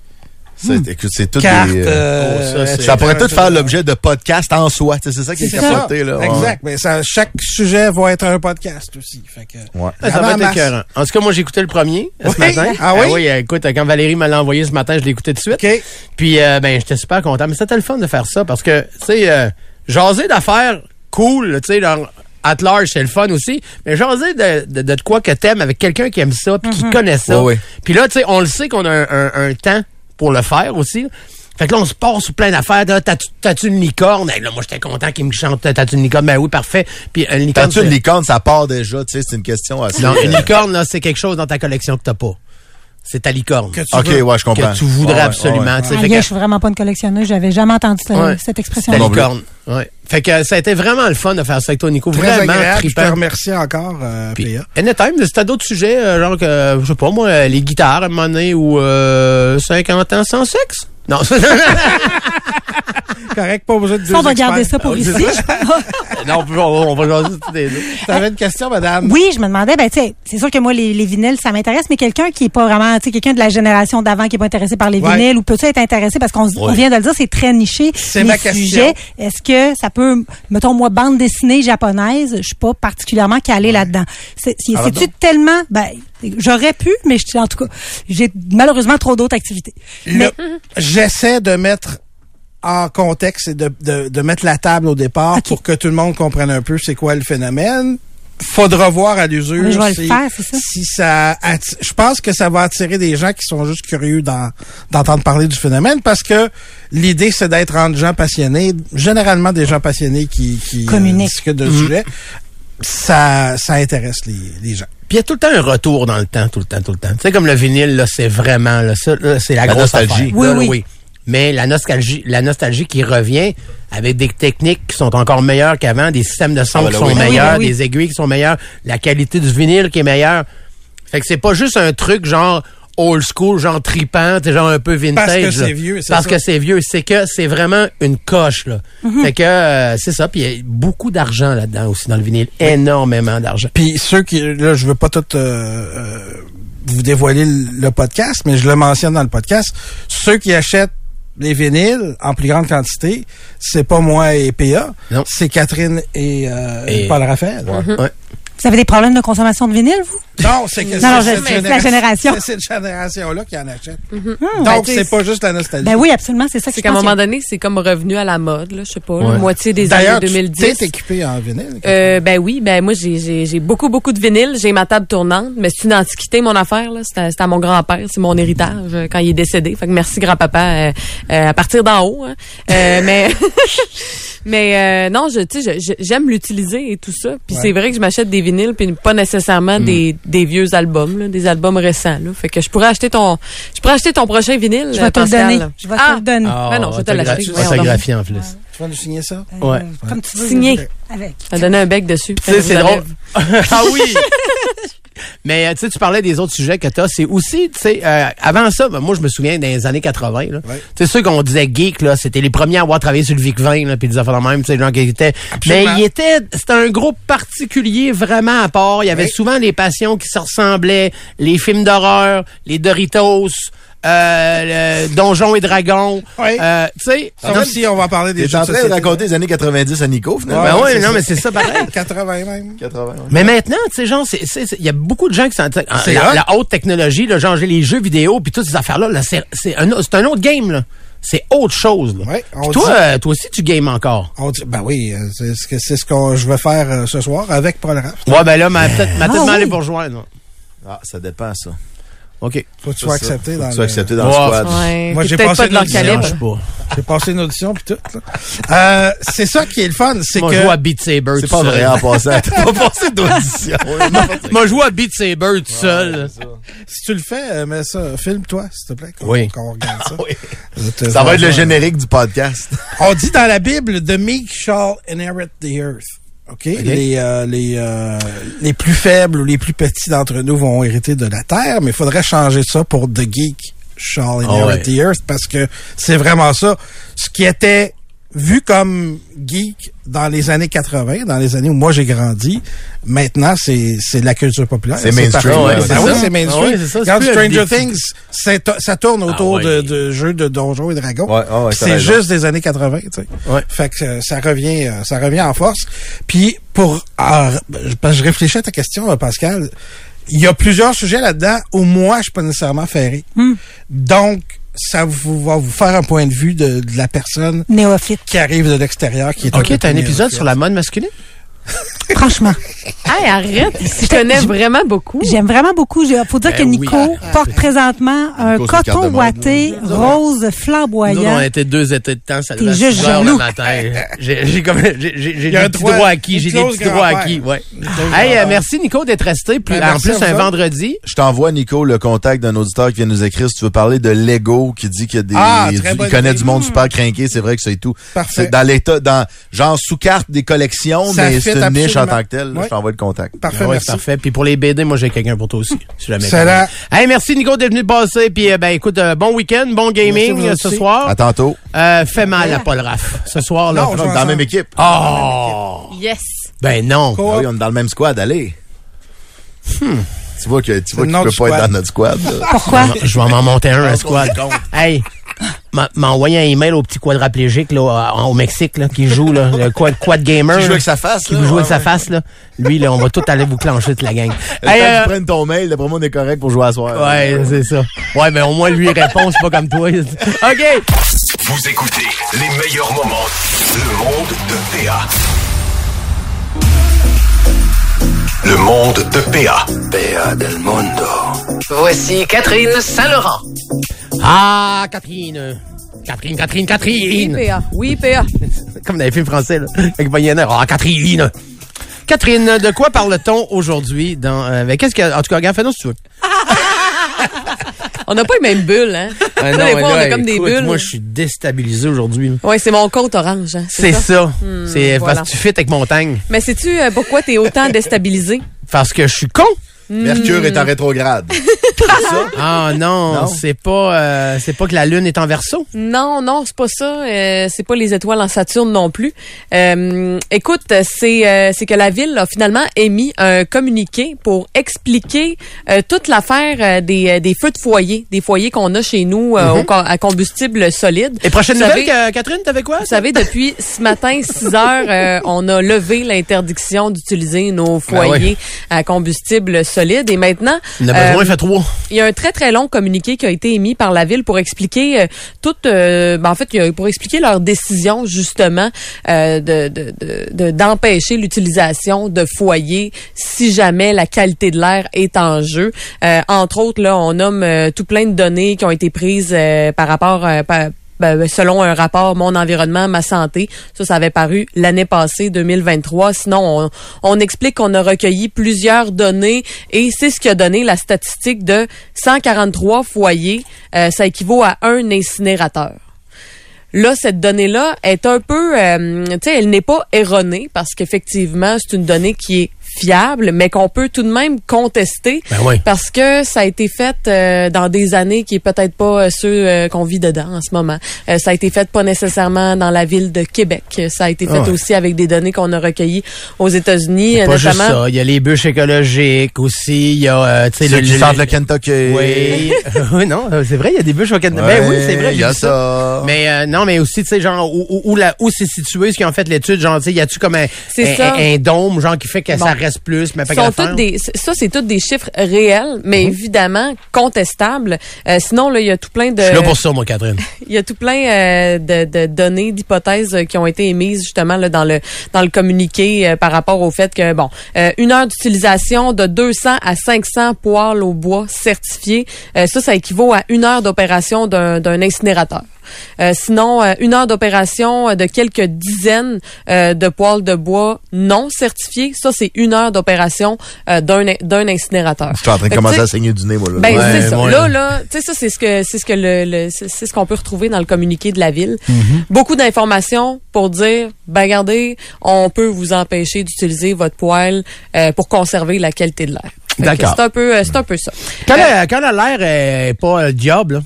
C'est, écoute, c'est tout Cartes. des... euh, Hmm. euh, Oh, ça, c'est- ça pourrait tout etc., faire l'objet de podcasts en soi. Tu sais, C'est ça qui est, C'est ça. capoté, là. ouais. Exact. Mais ça, chaque sujet va être un podcast aussi. Fait que, Ouais. Ah, Ça Vraiment va en être masse. écœurant. En tout cas, moi, j'ai écouté le premier euh, ce Oui? matin. Ah oui? euh, écoute, euh, quand Valérie me l'a envoyé ce matin, je l'ai écouté tout de suite. OK. Puis, euh, ben, j'étais super content. Mais c'était le fun de faire ça parce que, tu sais, euh, jaser d'affaires cool, tu sais, genre, at large, c'est le fun aussi. Mais jaser de, de, de quoi que t'aimes avec quelqu'un qui aime ça puis Mhm. qui connaît ça. Ouais, ouais. Puis là, tu sais, on le sait qu'on a un, un- un temps pour le faire aussi. Fait que là, on se passe sur plein d'affaires. Là, T'as-tu t'as-tu une licorne? Eh, là, moi, j'étais content qu'il me chante. T'as-tu une licorne? Ben oui, parfait. Puis une licorne... T'as-tu c'est- une licorne, ça part déjà, tu sais, c'est une question assez... non, euh, une licorne, là, c'est quelque chose dans ta collection que t'as pas. C'est ta licorne. Que tu OK, veux. ouais, je comprends. que tu voudrais Ouais, ouais, absolument. tu sais, Ah, fait gars, que- je suis vraiment pas une collectionneuse. J'avais jamais entendu ce- Ouais. Ben, cette c'est expression. ta Non plus. licorne. Ouais. Fait que euh, ça a été vraiment le fun de faire ça avec toi, Nico. Très vraiment agréable. Je te trippant. remercie encore, euh, Puis, PA. anytime, si t'as d'autres sujets, euh, genre que, euh, je sais pas moi, euh, les guitares à un moment donné ou euh, 50 ans sans sexe? Non, *laughs* Correct, pas besoin de deux Ça, on va experts. garder ça pour ici. *laughs* je *laughs* pense. non on, on va jaser tous les deux. T'avais une question, madame? Oui, je me demandais, ben, tu sais, c'est sûr que moi, les, les vinyles, ça m'intéresse, mais quelqu'un qui est pas vraiment, tu sais, quelqu'un de la génération d'avant qui est pas intéressé par les Ouais. vinyles, ou peut-tu être intéressé, parce qu'on on vient de le dire, c'est très niché. C'est les ma question. sujets. Est-ce que ça peut, mettons, moi, bande dessinée japonaise, je suis pas particulièrement calée là-dedans. C'est- c'est- Ah, C'est-tu tellement, ben, j'aurais pu, mais je- en tout cas, j'ai malheureusement trop d'autres activités. Le- Mhm. J'essaie de mettre en contexte et de, de, de mettre la table au départ Ok. pour que tout le monde comprenne un peu c'est quoi le phénomène. Faudra voir à l'usure Mais je vais le si, faire, c'est ça. si ça atti- je pense que ça va attirer des gens qui sont juste curieux d'en- d'entendre parler du phénomène parce que l'idée c'est d'être entre gens passionnés, généralement des gens passionnés qui, qui euh, Communiquent. Mhm. discutent de sujet. Ça, ça intéresse les, les gens. Puis il y a tout le temps un retour dans le temps, tout le temps, tout le temps. Tu sais, comme le vinyle, là, c'est vraiment, là, ça, là, c'est la, La grosse nostalgie. affaire. Oui, Là, là, oui. Mais la nostalgie, la nostalgie qui revient avec des techniques qui sont encore meilleures qu'avant, des systèmes de son Ah, ben qui là, sont oui. Ah oui, meilleurs, ben oui. des aiguilles qui sont meilleures, la qualité du vinyle qui est meilleure. Fait que c'est pas juste un truc genre old school, genre tripant, genre un peu vintage. Parce que là. c'est vieux, c'est Parce ça. Mhm. que c'est vieux, c'est que c'est vraiment une coche là. Fait que euh, c'est ça, puis il y a beaucoup d'argent là-dedans aussi dans le vinyle, énormément d'argent. Puis ceux qui là, je veux pas tout euh, euh, vous dévoiler le le podcast, mais je le mentionne dans le podcast. Ceux qui achètent les vinyles en plus grande quantité, c'est pas moi et PA, Non. c'est Catherine et, euh, Et- Paul Raphaël. Ouais. Vous avez des problèmes de consommation de vinyle, vous? *laughs* Non, c'est que Non, non, c'est je- cette c'est la génération. C'est cette génération-là qui en achète. ben, Donc, tu sais, c'est pas juste la nostalgie. Ben oui, absolument, c'est ça que C'est je qu'à un pense. moment donné, c'est comme revenu à la mode, là, je sais pas, la Ouais. moitié des années D'ailleurs, tu 2010. t'es équipé en vinyle. Euh, ben oui, ben moi j'ai- j'ai j'ai beaucoup beaucoup de vinyles, j'ai ma table tournante, mais c'est une antiquité mon affaire là, c'est à, c'est à mon grand-père, c'est mon héritage euh, quand il est décédé. Fait que merci grand-papa euh, euh, à partir d'en haut. hein. *laughs* Euh, mais *laughs* mais euh, non, je tu sais je- je- j'aime l'utiliser et tout ça. Puis c'est vrai que je m'achète des vinyles puis pas Hmm. nécessairement des, des vieux albums, là, des albums récents là. Fait que je pourrais acheter ton je pourrais acheter ton prochain vinyle. Je vais te le Pascal. donner. Je vais te Ah! le donner. Ben non, je vais te autographi- l'acheter, voyons autographié en plus. Tu vas nous signer ça? Ouais. Euh, Comme tu veux. Signé. Avec. Je vais donner un bec dessus. Tu sais, c'est drôle. ah *laughs* oui! Mais euh, tu sais, tu parlais des autres sujets que tu as. C'est aussi, tu sais, euh, avant ça, ben, moi, je me souviens des années 80. là. Tu sais, ceux qu'on disait geek, là, c'était les premiers à avoir travaillé sur le VIC-20, là, puis des affaires de même, tu sais, les gens qui étaient... Absolument. Mais il était... C'était un groupe particulier, vraiment à part. Il y avait Oui. souvent les passions qui se ressemblaient, les films d'horreur, les Doritos, euh, le Donjons et Dragons. Oui. Euh, tu sais... Ça va, si on va parler des T'es jeux en de train de société. raconter les années 90 à Nico, finalement. Ben oui, c'est non, ça. mais c'est ça, pareil. *laughs* 80 même. 80, ouais. Mais maintenant, tu sais, genre, c'est- c'est- c'est- il y a beaucoup de gens qui sont en- C'est la, hot. la haute technologie, là, genre j'ai les jeux vidéo, puis toutes ces affaires-là, là, c'est c'est un, au- c'est un autre game, là. C'est autre chose, là. Ouais, on Puis toi, dit- euh, toi aussi, tu games encore. On dit, ben oui, euh, c'est ce que, c'est ce que je vais faire euh, ce soir avec Paul Raff. Ouais, ben là, ma tête m'a Ah tête m'a oui. allé pour joindre. Ah, ça dépend, ça. OK. Faut que tu sois Ça, ça. accepté Faut que dans tu le- sois accepté dans le Ouais. squad. Ouais. Moi, Puis j'ai peut-être passé pas de leur une audition. calibre. Je sais pas. J'ai passé une audition puis tout. là. Euh, c'est ça qui est le fun, c'est Moi, que je joue à Beat Saber C'est tout pas seul. *laughs* vrai, en *laughs* passant. T'as pas passé *laughs* d'audition. Moi, je joue à Beat Saber tout seul. si tu le fais, euh, mets ça, filme-toi, s'il te plaît, qu'on Oui. qu'on regarde *laughs* ça. Ça va être le générique du podcast. On dit dans la Bible, The meek shall inherit the earth. OK? Les, euh, les, euh, les plus faibles ou les plus petits d'entre nous vont hériter de la terre, mais il faudrait changer ça pour The geek shall inherit Ah ouais. the earth parce que c'est vraiment ça. Ce qui était vu comme geek dans les années 80, dans les années où moi j'ai grandi, maintenant c'est c'est de la culture populaire. C'est mainstream, parfait. ouais, Ben c'est oui, ça. c'est mainstream. Ah ouais, c'est ça, c'est Regarde plus Stranger un défi. Things, c'est- ça tourne autour Ah de, ouais. ah de jeux de donjons et dragons. Ouais, ouais, ouais, Puis t'as c'est raison. juste juste des années 80, tu sais. Ouais. Fait que euh, ça revient, euh, ça revient en force. Puis pour, ah, je- parce que je réfléchis à ta question, euh, Pascal. Il y a plusieurs sujets là-dedans où moi je suis pas nécessairement ferré. Donc ça vous, va vous faire un point de vue de, de la personne Néophyte. qui arrive de l'extérieur, qui est. OK, peu t'as un plus épisode néophyte. sur la mode masculine? Franchement. Hey, *laughs* arrête! Je connais vraiment beaucoup. J'aime vraiment beaucoup. Il faut dire Ben que oui, Nico arrête. porte présentement un Nico, c'est une carte de coton mode, ouaté rose Nous, on flamboyant. a été deux étés de temps, ça T'es devait être juste six heures le jaloux. *laughs* matin. J'ai j'ai comme j'ai j'ai- j'ai y a des un petits droit- droits acquis, une j'ai des clause petits droits grand-père. acquis, ouais. Une clause Hey, euh, grand-père. merci Nico d'être resté plus Ben, en merci à plus vous un autres. vendredi. Je t'envoie, Nico, le contact d'un auditeur qui vient nous écrire si tu veux parler de Lego, qui dit qu'il y a des, Ah, très du- il bonne connaît idée. du monde super craqué, c'est vrai que c'est tout. Parfait. C'est dans l'état, dans, genre, sous carte des collections, Ça mais fit c'est une niche en absolument. tant que telle. là, Ouais. Je t'envoie le contact. Parfait, Ouais, merci. parfait. Puis pour les BD, moi j'ai quelqu'un pour toi aussi. Si jamais. Excellent. Hey, merci Nico d'être venu passer. Puis euh, ben écoute, euh, bon week-end, bon gaming Merci, vous euh, ce aussi. soir. À tantôt. Euh, fait mal à Paul Raff ce soir là. Non, je Dans la ensemble. même équipe. Oh Yes! ben non. Cool. Ah oui, on est dans le même squad, allez. Tu vois que tu vois qu'il le nom peut pas du squad. être dans notre squad. là. Pourquoi? Je vais m'en monter Ah, un, un squad. Hey, m'a m'a envoyé un email au petit quadraplégique là, au au Mexique là, qui joue là, le quad, quad gamer. Qui joue là, avec sa face, Qui là, joue ouais, avec sa ouais. face là. Lui là, on va tout aller vous clencher toute la gang. Le Hey, temps euh, qu'ils prennent ton mail, d'après moi, on est correct pour jouer à soir. Euh, ouais, c'est ça. Ouais, mais au moins lui il répond, c'est pas comme toi. *laughs* OK. Vous écoutez les meilleurs moments. Le monde de PA. Le monde de PA. PA del Mundo. Voici Catherine Saint-Laurent. Ah, Catherine. Catherine, Catherine, Oui, Catherine. PA. Oui, PA. Comme dans les films français, là. Avec Bayonne. Ah, Catherine. Catherine, de quoi parle-t-on aujourd'hui dans, euh, ben, qu'est-ce que, en tout cas, regarde, fais-nous si tu veux. On n'a pas les mêmes bulles, hein? *laughs* Ah, Là, non, des fois, on là, a comme des écoute, bulles. Moi, je suis déstabilisé aujourd'hui. là. Ouais, c'est mon compte orange, hein, C'est ça. c'est voilà. parce que tu fites avec Montagne. Mais sais-tu euh, pourquoi t'es autant déstabilisé? Parce que je suis con. Hmm. Mercure est en rétrograde. *laughs* Ah non, Non. c'est pas euh, c'est pas que la lune est en verso. Non, non, c'est pas ça. Euh, c'est pas les étoiles en Saturne non plus. Euh, écoute, c'est euh, c'est que la ville a finalement émis un communiqué pour expliquer euh, toute l'affaire euh, des, euh, des feux de foyer, des foyers qu'on a chez nous Mm-hmm. euh, au co- à combustible solide. Et prochaine Vous savez- nouvelle, que- Catherine, t'avais quoi? vous savez, depuis ce matin, 6 heures, euh, on a levé l'interdiction d'utiliser Ben nos foyers à combustible solide. Et maintenant, On a euh, besoin, fait trois. il y a un très très long communiqué qui a été émis par la ville pour expliquer euh, toute, euh, ben, en fait, il y a- pour expliquer leur décision justement euh, de de- de- de- d'empêcher l'utilisation de foyers si jamais la qualité de l'air est en jeu. Euh, entre autres, là, on nomme euh, tout plein de données qui ont été prises euh, par rapport euh, par- ben, selon un rapport Mon environnement, ma santé. Ça, ça avait paru l'année passée, 2023. Sinon, on, on explique qu'on a recueilli plusieurs données et c'est ce qui a donné la statistique de 143 foyers. Euh, ça équivaut à un incinérateur. Là, cette donnée-là est un peu, euh, tu sais, elle n'est pas erronée parce qu'effectivement, c'est une donnée qui est fiable, mais qu'on peut tout de même contester Ben oui. parce que ça a été fait euh, dans des années qui est peut-être pas euh, ceux euh, qu'on vit dedans en ce moment. Euh, ça a été fait pas nécessairement dans la ville de Québec. Ça a été fait ouais. aussi avec des données qu'on a recueillies aux États-Unis, euh, Pas juste notamment. ça. Il y a les bûches écologiques aussi. Il y a, euh, tu sais, Ceux le, qui le- sentent le Kentucky. Oui. *laughs* oui, non, euh, c'est vrai, il y a des bûches au Canada. ben oui, c'est vrai. Il j'ai y a vu ça. Mais euh, non, mais aussi, tu sais, genre, où, où, où la- où c'est situé, ce qui ont fait l'étude, genre, tu sais, y a-tu comme un, C'est un- un- ça. un dôme, genre, qui fait que ça Bon. reste plus, mais pas sont grave. toutes des, ça, c'est toutes des chiffres réels, mais Mhm. évidemment contestables. Euh, sinon, là, il y a tout plein de... Je suis là pour ça, moi, Catherine. Il y a tout plein euh, de, de données, d'hypothèses euh, qui ont été émises justement là, dans le dans le communiqué euh, par rapport au fait que bon, euh, une heure d'utilisation de 200 à 500 poêles au bois certifiés, euh, ça, ça équivaut à une heure d'opération d'un d'un incinérateur. Euh, sinon, euh, une heure d'opération euh, de quelques dizaines euh, de poêles de bois non certifiés, ça, c'est une heure d'opération euh, d'un d'un incinérateur. Je suis en train de Fait que, commencer tu sais, à saigner du nez, moi, là. ben Ouais, c'est ça. ouais. Là là, tu sais ça c'est ce que c'est ce que le, le- c'est c'est ce qu'on peut retrouver dans le communiqué de la ville. Mm-hmm. Beaucoup d'informations pour dire ben regardez, on peut vous empêcher d'utiliser votre poêle euh, pour conserver la qualité de l'air. Fait que D'accord. C'est un peu euh, c'est un peu ça. Quand, la- quand la l'air est pas euh, diable, là,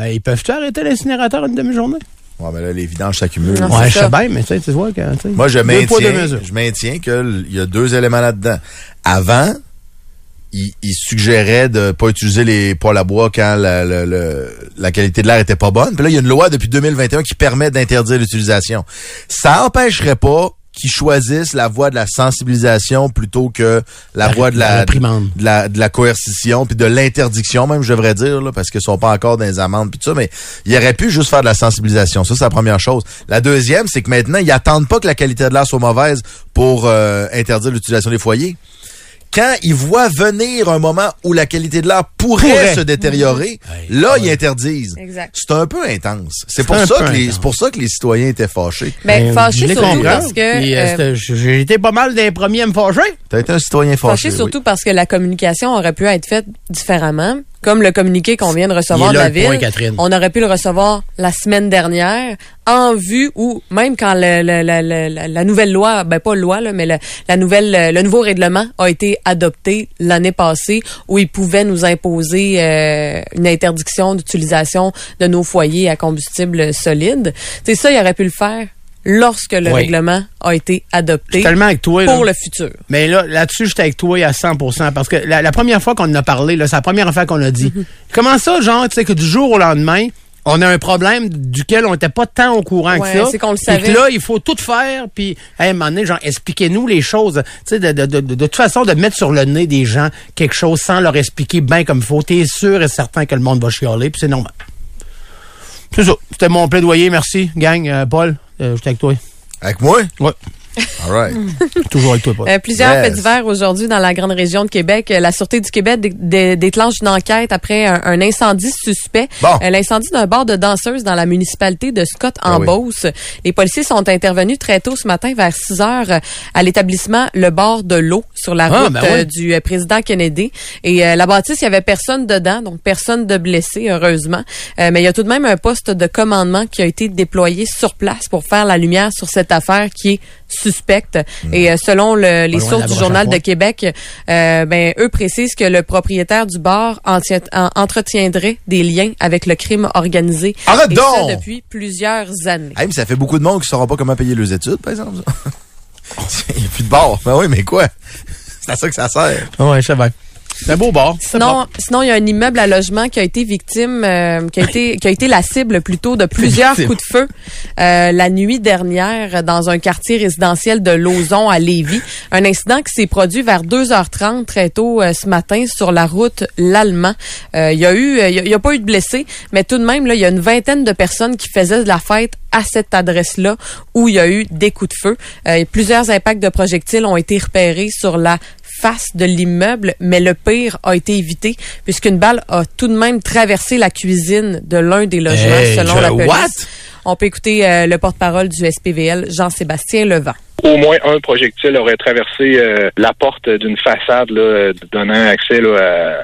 euh, ils peuvent-tu arrêter l'incinérateur une demi-journée? Ouais, mais là, les vidanges s'accumulent. Non, Ouais, c'est je ça. sais bien, mais tu sais, tu vois que. tu sais, Moi, je deux poids, deux maintiens, mesures. je maintiens qu'il y a deux éléments là-dedans. Avant, il, il suggérait de pas utiliser les poêles à bois quand la, le- le- la qualité de l'air était pas bonne. Puis là, il y a une loi depuis 2021 qui permet d'interdire l'utilisation. Ça empêcherait pas qu'ils choisissent la voie de la sensibilisation plutôt que la, La- voie de la la, réprimande. de la, de la coercition puis de l'interdiction même je devrais dire là, parce qu'ils sont pas encore dans les amendes puis tout ça mais il aurait pu juste faire de la sensibilisation ça c'est la première chose la deuxième c'est que maintenant ils attendent pas que la qualité de l'air soit mauvaise pour euh, interdire l'utilisation des foyers quand ils voient venir un moment où la qualité de l'air pourrait, Pourrait. se détériorer, Mmh. là, ils interdisent. Exact. C'est un peu intense. C'est C'est pour, un ça peu que les- intense. c'est pour ça que les citoyens étaient fâchés. Ben Euh, je fâché les surtout comprends. parce que Puis, euh, c'était- euh, J'ai été pas mal des premiers à me fâcher. T'as été un citoyen fâché. fâché oui. surtout parce que la communication aurait pu être faite différemment, comme le communiqué qu'on vient de recevoir Il est de là la le point, ville. Catherine. on aurait pu le recevoir la semaine dernière en vue ou même quand le- le- le- le- la- la nouvelle loi, ben pas loi là, mais le, la nouvelle, le nouveau règlement a été adopté l'année passée où ils pouvaient nous imposer euh, une interdiction d'utilisation de nos foyers à combustible solide. C'est ça, il aurait pu le faire lorsque le Oui. règlement a été Je suis adopté tellement avec toi. là. pour le futur. Mais là, là-dessus, j'étais avec toi à 100 parce que la, la première fois qu'on en a parlé, là, c'est la première affaire qu'on a *laughs* dit. Comment ça, genre, tu sais, que du jour au lendemain, on a un problème duquel on n'était pas tant au courant Ouais, que ça. c'est qu'on le Puis savait. que là, il faut tout faire, puis, à un moment donné, genre, expliquez-nous les choses. Tu sais, de, de, de, de, toute façon, de mettre sur le nez des gens quelque chose sans leur expliquer bien comme il faut, t'es sûr et certain que le monde va chialer, puis c'est normal. C'est ça. C'était mon plaidoyer. Merci, gang. Euh, Paul, euh, j'étais avec toi. Avec moi? Ouais. All right. Mmh. Toujours avec toi, Paul. Euh, plusieurs Yes. faits divers aujourd'hui dans la grande région de Québec. Euh, La Sûreté du Québec dé- dé- déclenche une enquête après un, un incendie suspect. Bon. Euh, L'incendie d'un bar de danseuses dans la municipalité de Scott Ben en oui. Beauce. Les policiers sont intervenus très tôt ce matin vers 6 heures euh, à l'établissement Le Bar de l'eau sur la Ah, route ben ouais. euh, du euh, président Kennedy. Et euh, la bâtisse, il y avait personne dedans, donc personne de blessé, heureusement. Euh, mais il y a tout de même un poste de commandement qui a été déployé sur place pour faire la lumière sur cette affaire qui est suspectes. Et euh, selon le- les Hmm. Pas loin sources de la du broche à Journal de foin. Québec, euh, ben, eux précisent que le propriétaire du bar entien- en- entretiendrait des liens avec le crime organisé. Arrête et donc! ça depuis plusieurs années. Hey, mais ça fait beaucoup de monde qui ne saura pas comment payer leurs études, par exemple. ça. *laughs* Il n'y a plus de bord. Ben oui, mais quoi? C'est à ça que ça sert. Oui, c'est vrai. C'est un beau bar. Sinon, sinon, il y a un immeuble à logement qui a été victime, euh, qui a été, qui a été la cible plutôt de plusieurs Victime. coups de feu euh, la nuit dernière dans un quartier résidentiel de Lauson à Lévis. Un incident qui s'est produit vers 2h30 très tôt euh, ce matin sur la route l'Allemand. Euh, il y a eu, euh, il y a- il y a pas eu de blessés, mais tout de même là, il y a une vingtaine de personnes qui faisaient de la fête à cette adresse-là où il y a eu des coups de feu. Euh, et plusieurs impacts de projectiles ont été repérés sur la face de l'immeuble, mais le pire a été évité puisqu'une balle a tout de même traversé la cuisine de l'un des logements Hey, selon je- la police. what? On peut écouter euh, le porte-parole du SPVL, Jean-Sébastien Levent. Au moins un projectile aurait traversé euh, la porte d'une façade là, euh, donnant accès là,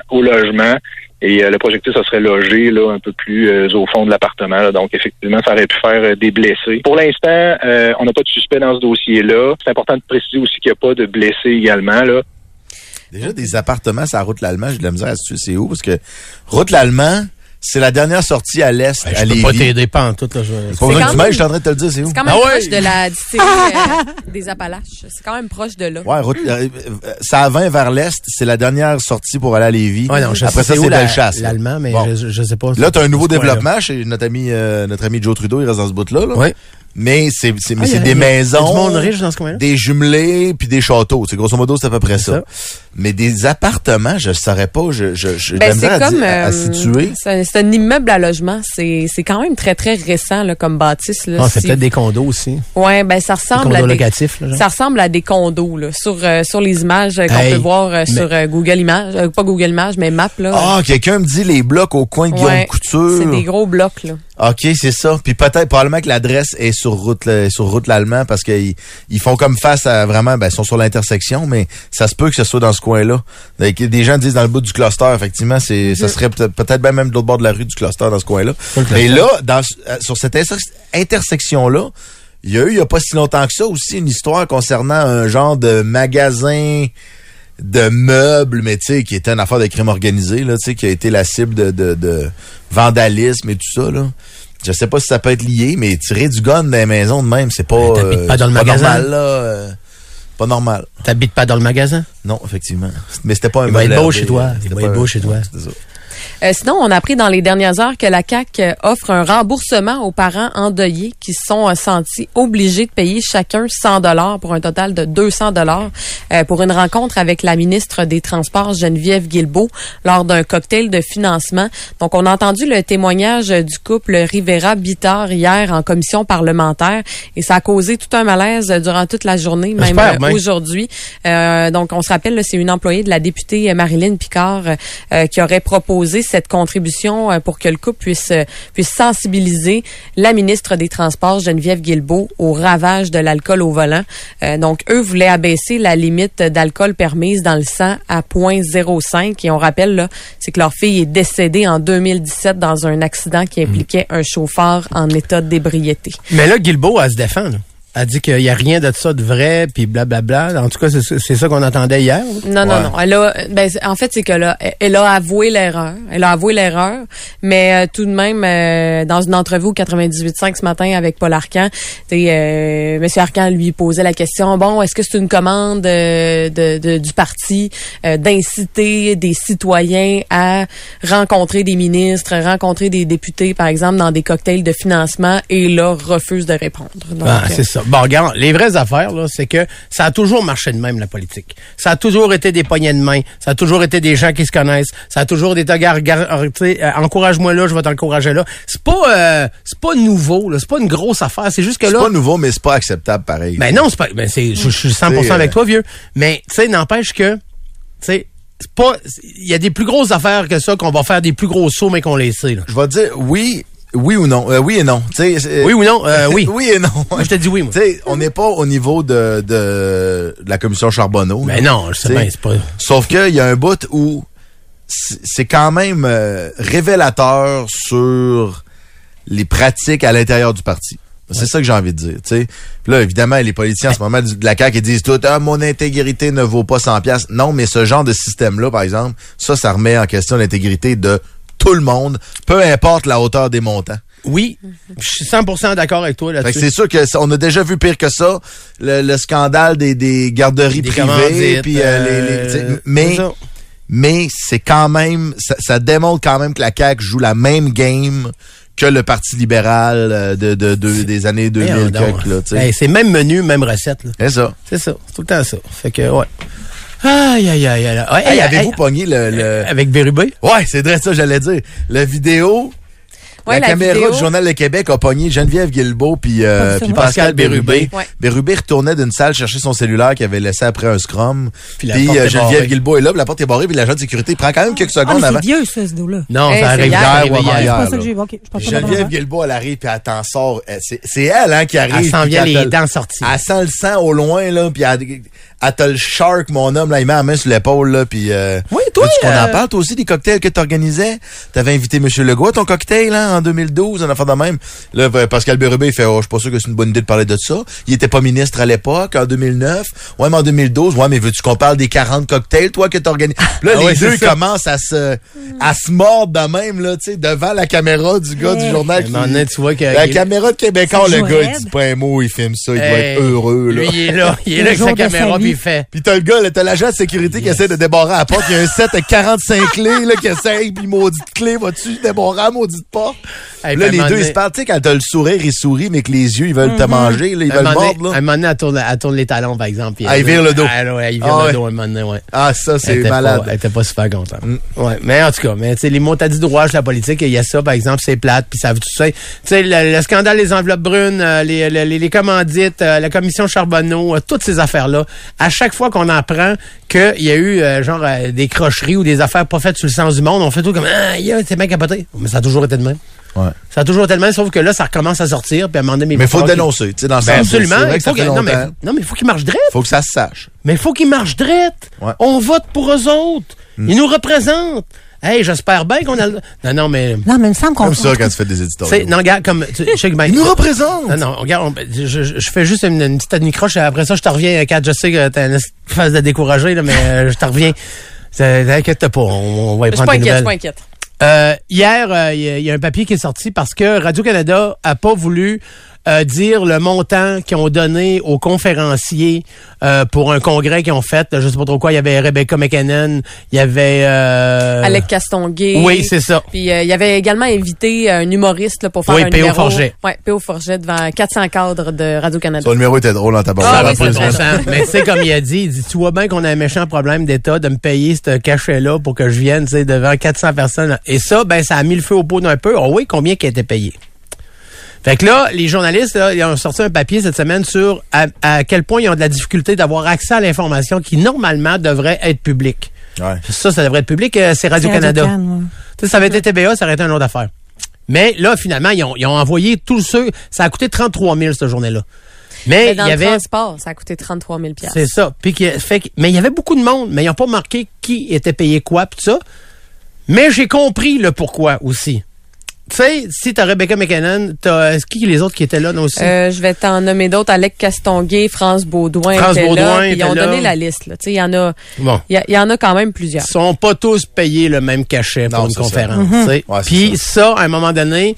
à- au logement. Et euh, le projectile, ça serait logé là, un peu plus euh, au fond de l'appartement. là. Donc, effectivement, ça aurait pu faire euh, des blessés. Pour l'instant, euh, on n'a pas de suspect dans ce dossier-là. C'est important de préciser aussi qu'il n'y a pas de blessés également. Là. Déjà, des appartements sur la route l'Allemand, j'ai de la misère à situer c'est où, parce que route l'Allemand, c'est la dernière sortie à l'est, Ben, à je peux pas Lévis. t'aider pas en tout. Là, je... C'est pas C'est vrai que quand tu m'aides, même- je suis en train de te le dire, c'est où? C'est quand même Ah ouais? proche de la distillerie *laughs* euh, des Appalaches. C'est quand même proche de là. Ouais, route, euh, euh, ça à 20 vers l'est, c'est la dernière sortie pour aller à Lévis. Ouais, non, je Après sais ça, où c'est la- Bellechasse. là. L'allemand, mais Bon. je, je sais pas. Là, tu as un nouveau ce coin-là. développement chez notre ami, euh, notre ami Joe Trudeau, il reste dans ce bout-là. là. Oui. Mais c'est c'est- mais Ah, c'est y a- y des a- maisons, y a du monde riche dans ce coin-là? des jumelés, puis des châteaux. C'est grosso modo, c'est à peu près ça. Mais des appartements, je ne saurais pas. Je, je, je, j'ai de la Ben, misère c'est à, comme di- à- à euh, situer. c'est un- c'est un immeuble à logement. C'est c'est quand même très très récent là, comme bâtisse. Là, Ah, c'est Si- peut-être des condos aussi. Ouais, ben ça ressemble condos à des locatifs, là, genre. ça ressemble à des condos là, sur euh, sur les images euh, qu'on Hey, peut voir euh, mais- sur euh, Google Images, euh, pas Google Images, mais Map là. Ah, quelqu'un me dit les blocs au coin de Guillaume Ouais, C'est Couture. des gros blocs là. OK, c'est ça. Puis peut-être, probablement que l'adresse est sur route là, sur route l'allemand parce qu'ils ils font comme face à vraiment, ben, ils sont sur l'intersection, mais ça se peut que ce soit dans ce coin-là. Donc, Des gens disent dans le bout du cluster, effectivement, c'est ça serait peut- peut-être même même de l'autre bord de la rue du cluster dans ce coin-là. Mais là, dans, euh, sur cette interse- intersection-là, il y a eu, il y a pas si longtemps que ça, aussi une histoire concernant un genre de magasin de meubles, mais tu sais, qui était une affaire de crime organisé, là, tu sais, qui a été la cible de, de, de vandalisme et tout ça, là. Je sais pas si ça peut être lié, mais tirer du gun dans les maisons de même, c'est pas, Ouais, Ben, t'habites pas dans le magasin. normal, là. euh, pas normal. T'habites pas dans le magasin? Non, effectivement. Mais c'était pas un Il va être meuble beau RD, chez toi. euh, Il c'était va pas être un- beau chez toi. Ouais, c'est ça. Euh, sinon, on a appris dans les dernières heures que la CAC euh, offre un remboursement aux parents endeuillés qui se sont euh, sentis obligés de payer chacun 100 dollars pour un total de 200 dollars euh, pour une rencontre avec la ministre des Transports Geneviève Guilbeault lors d'un cocktail de financement. Donc, on a entendu le témoignage euh, du couple Rivera Bitar hier en commission parlementaire et ça a causé tout un malaise euh, durant toute la journée, même J'espère euh, bien. aujourd'hui aujourd'hui. Euh, donc, on se rappelle, là, c'est une employée de la députée euh, Marilyn Picard euh, euh, qui aurait proposé cette contribution euh, pour que le couple puisse, euh, puisse sensibiliser la ministre des Transports, Geneviève Guilbeault, au ravage de l'alcool au volant. Euh, donc, eux voulaient abaisser la limite d'alcool permise dans le sang à 0.05. Et on rappelle, là, c'est que leur fille est décédée en 2017 dans un accident qui impliquait un chauffeur en état d'ébriété. Mais là, Guilbeault, elle se défend. Là. Elle dit qu'il n'y a rien de ça de vrai, puis blablabla. En tout cas, c'est c'est ça qu'on entendait hier. là. Non, non, non. Elle a, ben, c'est- en fait, c'est que là, elle- elle a avoué l'erreur. Elle a avoué l'erreur, mais euh, tout de même, euh, dans une entrevue au 98.5 ce matin avec Paul Arcan, tu sais, euh, Monsieur Arcan lui posait la question bon, est-ce que c'est une commande euh, de, de- du parti euh, d'inciter des citoyens à rencontrer des ministres, rencontrer des députés, par exemple, dans des cocktails de financement Et là, refuse de répondre. Donc, Ah, euh, c'est ça. Bon, regarde, les vraies affaires, là, c'est que ça a toujours marché de même, la politique. Ça a toujours été des poignées de main. Ça a toujours été des gens qui se connaissent. Ça a toujours été, Regarde, regarde, euh, tu sais, euh, encourage-moi là, je vais t'encourager là. C'est pas, euh, c'est pas nouveau, là. C'est pas une grosse affaire. C'est juste que C'est là. pas nouveau, mais c'est pas acceptable pareil. Ben non, c'est pas. Ben c'est, je, je suis 100% euh, avec toi, vieux. Mais tu sais, n'empêche que, tu sais, c'est pas. Il y a des plus grosses affaires que ça qu'on va faire des plus gros sauts mais qu'on les sait. Là. Je vais te dire oui, oui ou non. Euh, oui et non. Tu sais, c'est- Oui ou non Euh, Oui. *laughs* oui et non. Moi, je te dis oui. Moi. Tu sais, on n'est pas au niveau de, de, de la commission Charbonneau. Mais là. Ben non, je sais Tu sais, bien, c'est pas. Sauf qu'il y a un bout où c'est c'est quand même euh, révélateur sur les pratiques à l'intérieur du parti. C'est ça que j'ai envie de dire. tu sais. Puis Là, évidemment, les politiciens Ben en ce moment du- de la CAQ, ils disent tout, ah, mon intégrité ne vaut pas 100 piastres. Non, mais ce genre de système-là, par exemple, ça, ça remet en question l'intégrité de tout le monde, peu importe la hauteur des montants. Oui, je suis 100% d'accord avec toi Fait que là-dessus. c'est sûr que ça- on a déjà vu pire que ça, le, le scandale des, des garderies Des privées, commandites, puis euh, les- les- tu sais, euh, mais c'est ça. mais c'est quand même ça, ça démontre quand même que la CAQ joue la même game que le Parti libéral euh, de, de, de- des années 2000 Voyons donc. quelques, là, tu sais. Hey, c'est même menu, même recette. là. C'est ça. C'est ça, c'est tout le temps ça. Fait que, ouais. Aïe, aïe, aïe, aïe. Ouais, Hey, euh, hey, avez-vous hey, pogné le, le- Avec Bérubé? Ouais, c'est vrai ça j'allais dire. La vidéo euh, Ouais, la, la caméra vidéo. du Journal de Québec a pogné Geneviève Guilbeault puis euh, Absolument. puis Pascal Bérubé. Ouais. Bérubé retournait d'une salle chercher son cellulaire qu'il avait laissé après un scrum. Puis la Puis, porte euh, est Geneviève barrée. Guilbeault est là, puis la porte est barrée, puis l'agent de sécurité prend quand même quelques Ah, mais secondes c'est avant. vieux, ça, ce dos-là. Non, Hey, ça c'est arrive hier, hier, hier ou ou avant-hier. C'est pas avant-hier. Ah, ça là. que j'ai évoqué. Je pense pas que Geneviève Guilbeault, elle arrive, puis elle t'en sort. Elle- C'est c'est elle hein, qui arrive. Elle s'en puis vient te les le- dents sorties. Elle sent le sang au loin, là, puis elle, elle te le shark, mon homme, là, il met la main sur l'épaule, là, puis... Euh, Oui, toi, veux-tu qu'on euh, en parle, toi aussi, des cocktails que t'organisais? T'avais invité M. Legault à ton cocktail, hein, en 2012, un affaire de même. Là, euh, Pascal Bérubé, il fait, oh, je suis pas sûr que c'est une bonne idée de parler de ça. Il était pas ministre à l'époque, en 2009. Ouais, mais en 2012, ouais, mais veux-tu qu'on parle des 40 cocktails, toi, que t'organises? Là, Ah les ouais, deux c'est ça. commencent à se, à se mordre de même, là, tu sais, devant la caméra du gars du Hey. journal. Mais qui- à un moment donné, tu vois que- La il- caméra de Québécois, Ça le joue gars, il raide. dit pas un mot, il filme ça, il doit Hey, être heureux, là. Lui, il est là. Il est Le là avec jour sa de sa caméra, vie. puis il fait. Pis t'as le gars, là, t'as l'agent de sécurité qui essaie de débarrer à la porte. Il y a un set *laughs* à 45 clés là, qui essaie, puis maudite clé, vas-tu débarrer à la maudite porte? Hey, là, puis les à un moment deux, ils donné- Mm-hmm. se parlent. Tu sais, quand t'as le sourire, ils sourient, mais que les yeux, ils veulent te manger, là, ils À un veulent moment donné- mordre. à un Là. moment donné, elle tourne, elle tourne les talons, par exemple. puis Ah, il vire le dos. Ah, ouais, il vire Ah, le ouais. dos à un moment donné, ouais. Ah, ça, Elle c'est était malade. Mm. pas- elle était pas super contente. Ouais, mais en tout cas, mais tu sais les mots t'as dit droit, la politique, il y a ça par exemple, c'est plate, puis ça veut tout ça. Tu sais le, le scandale des enveloppes brunes, euh, les, les, les- les commandites, euh, la commission Charbonneau, euh, toutes ces affaires là. À chaque fois qu'on apprend qu'il y a eu euh, genre euh, des crocheries ou des affaires pas faites sur le sens du monde, on fait tout comme ah, yeah, c'est bien capoté. Mais ça a toujours été de même. Ouais. Ça a toujours été de même, sauf que là ça recommence à sortir, puis à un moment donné, Mais faut falloir le qu'il- dénoncer, tu sais, dans le Ben, sens où absolument, c'est vrai il que ça faut fait que- non mais longtemps. non mais il faut qu'il marche direct. Faut que ça se *laughs* sache. Mais il faut qu'ils marchent drette. Ouais. Mm. On vote pour eux autres. Ils nous représentent. Hey, j'espère bien qu'on a le... Non, non, mais... Non, mais il me semble qu'on. Comme ça, quand tu fais des Tu sais, éditoriaux. non, regarde, comme... Tu, je sais *laughs* que ben- Ils nous représentent! Non, non, regarde, on- ben, je, je- je fais juste une, une petite admicroche, et après ça, je te reviens, euh, Kat, je sais que t'as une phase de découragé, là, mais euh, je te reviens. Euh, T'inquiète pas, on, on va y Je suis prendre pas des inquiète, je nouvelles. suis pas inquiète. Euh, hier, euh, il y, a- il y a un papier qui est sorti parce que Radio-Canada a pas voulu euh, dire le montant qu'ils ont donné aux conférenciers euh, pour un congrès qu'ils ont fait. Je sais pas trop quoi. Il y avait Rebecca McKinnon, il y avait... Euh, Alec Castonguay. Oui, c'est ça. Puis euh, il avait également invité euh, un humoriste là, pour faire Oui, un P.O. numéro. Forget. Ouais, P.O. Forget devant 400 cadres de Radio-Canada. Son numéro était drôle Ben, dans ta Ça va barre. Ah, oui, c'est pas de vrai. bon sens. Mais c'est comme il a dit, il dit, tu vois bien qu'on a un méchant problème d'État de me payer ce cachet-là pour que je vienne, tu sais, devant 400 personnes. Et ça, ben, ça a mis le feu au pot d'un peu. Oh oui, combien qui a été payé? Fait que là, les journalistes, là, ils ont sorti un papier cette semaine sur à, à quel point ils ont de la difficulté d'avoir accès à l'information qui, normalement, devrait être publique. Ouais. Ça, ça devrait être public, euh, c'est Radio-Canada. C'est Radio-Can, ouais. Tu sais, ça avait été TBA, ça aurait été une autre affaire. Mais là, finalement, ils ont, ils ont envoyé tous ceux... Ça a coûté 33 000, cette journée-là. Mais Mais il y dans le avait... transport, ça a coûté 33 000 piastres. C'est ça. Puis qui- fait que- mais il y avait beaucoup de monde, mais ils n'ont pas marqué qui était payé quoi, puis tout ça. Mais j'ai compris le pourquoi aussi. Tu sais, si t'as Rebecca McKinnon, t'as est-ce qui les autres qui étaient là non, aussi? Euh, je vais t'en nommer d'autres. Alec Castonguay, France Baudouin. France étaient Beaudoin là, puis était Ils ont là. donné la liste. là. Tu sais, Il y en a, Bon. il y a- il y en a quand même plusieurs. Ils sont pas tous payés le même cachet pour Non, une c'est ça. conférence. Mhm. tu sais. Ouais, c'est Puis ça. à un moment donné,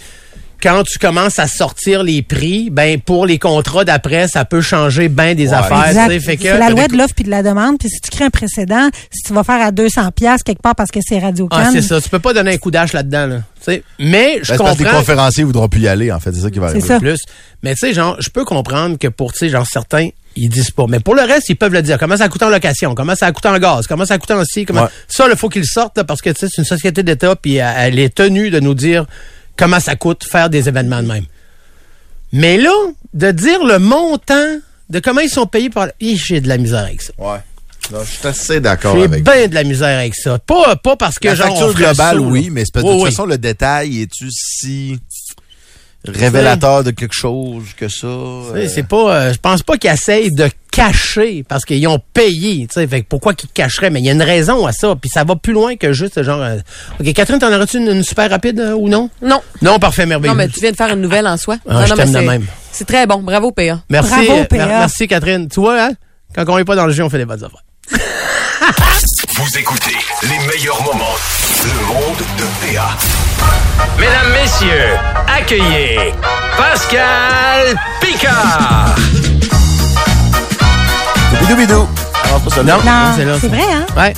quand tu commences à sortir les prix, ben pour les contrats d'après, ça peut changer ben des Ouais. affaires. tu sais. Exact. Fait que- C'est la loi de l'offre puis de la demande. Puis si tu crées un précédent, si tu vas faire à 200 pièces quelque part parce que c'est Radio Can. Ah, c'est ça. Tu peux pas donner un coup d'âge là-dedans. Là. Tu sais. Mais je Ben, c'est comprends. parce que les conférenciers voudront plus y aller, en fait. C'est ça qui va C'est arriver. ça. plus. Mais tu sais, genre, je peux comprendre que pour, tu sais, genre, certains, ils disent pas. Mais pour le reste, ils peuvent le dire. Comment ça coûte en location? Comment ça coûte en gaz? Comment ça coûte en ci? Comment... Ouais. Ça, il faut qu'ils le sortent, là, parce que, tu sais, c'est une société d'État, puis elle, elle est tenue de nous dire comment ça coûte faire des événements de même. Mais là, de dire le montant de comment ils sont payés par... Hi, J'ai de la misère avec ça. Ouais. Non, je suis assez d'accord J'ai Ah avec bien de la misère avec ça. Pas, pas parce que, la genre... on facture ferait globale, ça, oui, là. mais c'est parce que Oui, de toute oui. façon, le détail, est tu si révélateur de quelque chose que Tu ça. sais, euh, C'est pas, euh, je pense pas qu'ils essayent de cacher parce qu'ils ont payé. tu sais. Fait que pourquoi qu'ils cacheraient Mais il y a une raison à ça. Puis ça va plus loin que juste genre. euh, Ok, Catherine, t'en aurais-tu une, une super rapide euh, ou non Non. Non, parfait, merveilleux. Non, mais tu viens de faire une nouvelle en soi. Ah, non, je non, mais t'aime de c'est- même. C'est très bon. Bravo, PA. Merci, Bravo, euh, PA. merci Catherine. Tu vois, hein, quand on est pas dans le jeu, on fait des bonnes affaires. Vous écoutez les meilleurs moments. Le monde de PA. Mesdames, messieurs, accueillez Pascal Picard. Doubidou-bidou. Alors, pas ça, là. Non, c'est là, ça. c'est vrai, hein? Ouais.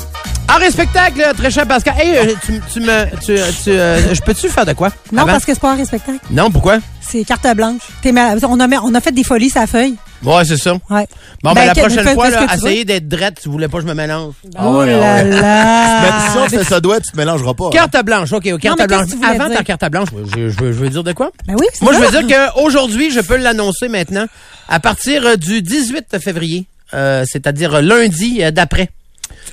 Art et spectacle, très cher Pascal. Hey, euh, tu, tu me, tu, tu, euh, je peux-tu faire de quoi Non, avant? parce que c'est pas un spectacle. non, pourquoi C'est carte blanche. T'es ma- on, a, mis- on a fait des folies sa feuille. Ouais, c'est ça. Ouais. Bon, ben, Ben, la que- prochaine fais- fois, fais ce là, que tu veux. essayez d'être drette. Tu voulais pas que je me mélange. oh ah là *laughs* Mais dis là! ça, fais ça doit, tu te mélangeras pas. hein. Carte blanche, ok, ok, carte mais blanche. qu'est-ce que tu voulais Avant dire? ta carte blanche, je, je veux, je veux dire de quoi? Ben oui, c'est Moi, je ça. veux dire qu'aujourd'hui, je peux l'annoncer maintenant, à partir euh, du 18 février, euh, c'est-à-dire euh, lundi euh, d'après.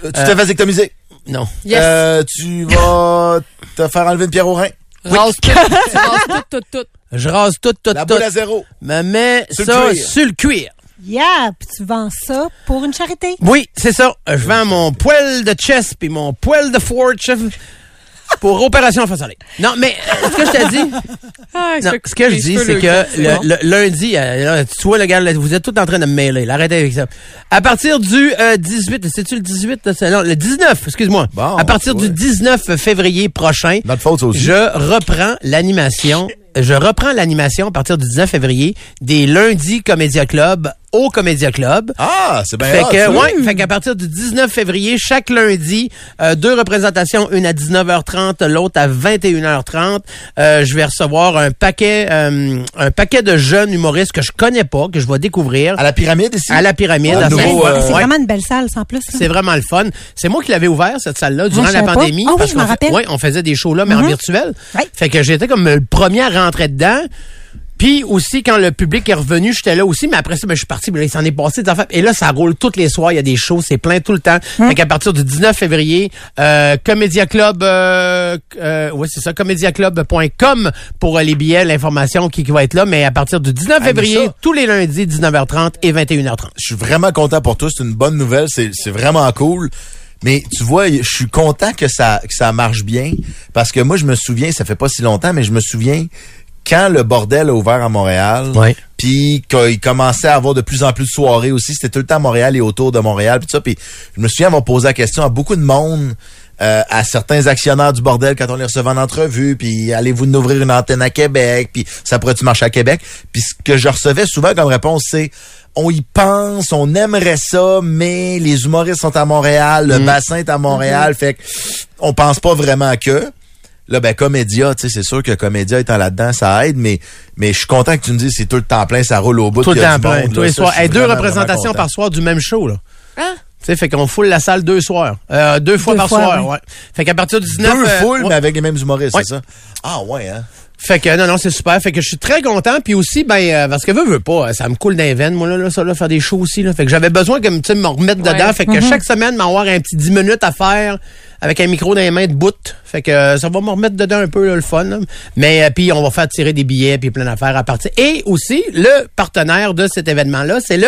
Tu te fais vasectomiser. Non. Yes. Euh, tu vas te faire enlever une pierre au rein. Rase tout. tu rases tout, tout, tout. Je rase tout, tout, La tout. boule à zéro. Me mets Sur le ça cuir. sur le cuir. Yeah! Puis tu vends ça pour une charité. Oui, c'est ça. Euh, Je vends mon poil de chest puis mon poil de forge pour opération face soleil. Non, mais euh, ce que je t'ai dit, Ah, non, ça coupe ce que je les dis, cheveux, c'est le que gars, c'est le, bon. le- lundi, euh, là, tu vois, le gars, là, vous êtes tout en train de me mêler. là, Arrêtez avec ça. À partir du euh, 18, c'est-tu le 18? là, c'est- Non, le 19, excuse-moi. Bon, à partir ouais. du 19 février prochain, Notre faute, ça aussi. je reprends l'animation. Je reprends l'animation à partir du 19 février des lundis Comédia Club au Comédia Club. Ah, c'est bien Fait hot, que, ça. ouais, fait qu'à partir du 19 février, chaque lundi, euh, deux représentations, une à 19h30, l'autre à 21h30. Euh, je vais recevoir un paquet, euh, un paquet de jeunes humoristes que je connais pas, que je vais découvrir À la pyramide ici. à la pyramide. Au à nouveau, Saint- euh, c'est ouais. vraiment une belle salle, sans plus. là. C'est vraiment le fun. C'est moi qui l'avais ouvert, cette salle-là, durant je la savais pas. pandémie. Ah oui, parce je m'en qu'on fait- rappelle. ouais, on faisait des shows-là, mais en Mhm. virtuel. Ouais. Fait que j'étais comme le premier à rentrer dedans. Puis aussi, quand le public est revenu, j'étais là aussi, mais après ça, ben, je suis parti, mais là, il s'en est passé des affaires. Et là, ça roule toutes les soirs, il y a des shows, c'est plein tout le temps. Mm. Fait qu'à partir du 19 février, euh, Comédia Club, euh, euh, ouais, c'est ça, comédiaclub.com pour euh, les billets, l'information qui, qui va être là, mais à partir du 19 mais février, ça- tous les lundis, 19h30 et 21h30. Je suis vraiment content pour toi. C'est une bonne nouvelle. C'est c'est vraiment cool. Mais tu vois, je suis content que ça, que ça marche bien. Parce que moi, je me souviens, ça fait pas si longtemps, mais je me souviens quand le bordel a ouvert à Montréal. Ouais. Puis qu'il commençait à avoir de plus en plus de soirées aussi. C'était tout le temps à Montréal et autour de Montréal. Puis tout ça. Puis je me souviens avoir posé la question à beaucoup de monde. euh, à certains actionnaires du bordel quand on les recevait en entrevue, puis allez-vous nous ouvrir une antenne à Québec, puis ça pourrait-tu marcher à Québec? Puis ce que je recevais souvent comme réponse, c'est on y pense, on aimerait ça, mais les humoristes sont à Montréal, le bassin est à Montréal, fait que on pense pas vraiment que. Là, ben, Comédia, tu sais, c'est sûr que Comédia étant là-dedans, ça aide, mais, mais je suis content que tu me dises, c'est tout le temps plein, ça roule au bout. Tout le qu'il y a temps du plein, monde, tous là. les Ça, soirs. je suis Et deux vraiment, représentations vraiment content. par soir du même show, là. Hein? Tu sais, fait qu'on foule la salle deux soirs. Euh, deux fois Deux par fois, soir, oui. ouais. Fait qu'à partir du 19... Deux euh, foules, ouais. mais avec les mêmes humoristes, Ouais. c'est ça? Ah, ouais, hein? Fait que non, non, c'est super. Fait que je suis très content. Puis aussi, ben, euh, parce que veux, veux pas, euh, ça me coule d'un veine, moi, là, là, ça, là, faire des shows aussi, là. Fait que j'avais besoin que tu sais, me remettre Ouais. Mm-hmm. dedans. Fait que chaque semaine, m'avoir un petit 10 minutes à faire avec un micro dans les mains de bout. Fait que euh, ça va me remettre dedans un peu, là, le fun. là. Mais euh, puis on va faire tirer des billets, puis plein d'affaires à partir. Et aussi, le partenaire de cet événement-là, c'est le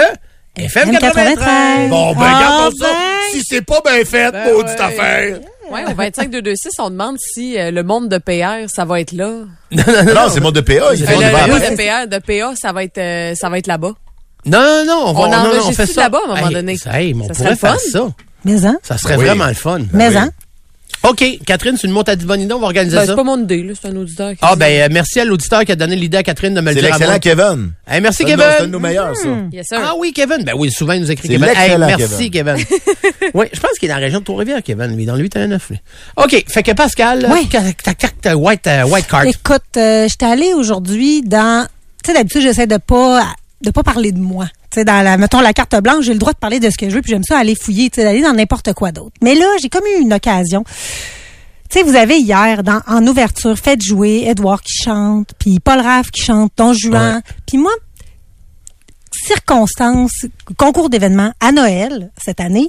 FM 93. Bon, ben, Ah, garde ça. ben. Si c'est pas bien fait, maudite Ben ouais. affaire. Ouais, au 25 226, on demande si euh, le monde de PR, ça va être là. Non, c'est mon de PA, ils Euh, font le, des le vacances. monde de PR, de PA, ça va être, euh, ça va être là-bas. Non, non, non, on va On non, non, enregistre fait tout ça. là-bas, à un moment Hey, donné. ça, hey, mais on Ça serait pourrait le faire fun. ça. Mais hein? Ça serait Oui. vraiment le fun. Mais hein? OK, Catherine, tu nous montes à Divonino, on va organiser Ben, ça. c'est pas mon idée, là, c'est un auditeur. qui Ah dit. ben euh, merci à l'auditeur qui a donné l'idée à Catherine de me le C'est dire. à l'excellent moi. Kevin. Hey, merci C'est un de nos- C'est un de Kevin. nos meilleurs, ça. Yes, sir. Ah oui, Kevin. Ben oui, souvent il nous écrit C'est Kevin. Hey, l'excellent merci Kevin. *laughs* oui, je pense qu'il est dans la région de Trois-Rivières, Kevin, lui, dans le 8 à 9. lui. OK, fait que Pascal, Oui. euh, ta carte euh, white, euh, white card. Écoute, euh, j'étais allée aujourd'hui dans. Tu sais, d'habitude, j'essaie de pas de pas parler de moi. Tu sais, dans la, mettons la carte blanche, j'ai le droit de parler de ce que je veux, puis j'aime ça aller fouiller, tu sais, d'aller dans n'importe quoi d'autre. Mais là, j'ai comme eu une occasion. Tu sais, vous avez hier, dans, en ouverture, fait jouer Edouard qui chante, puis Paul Raff qui chante, Don Juan. Puis moi, circonstances, concours d'événements à Noël cette année.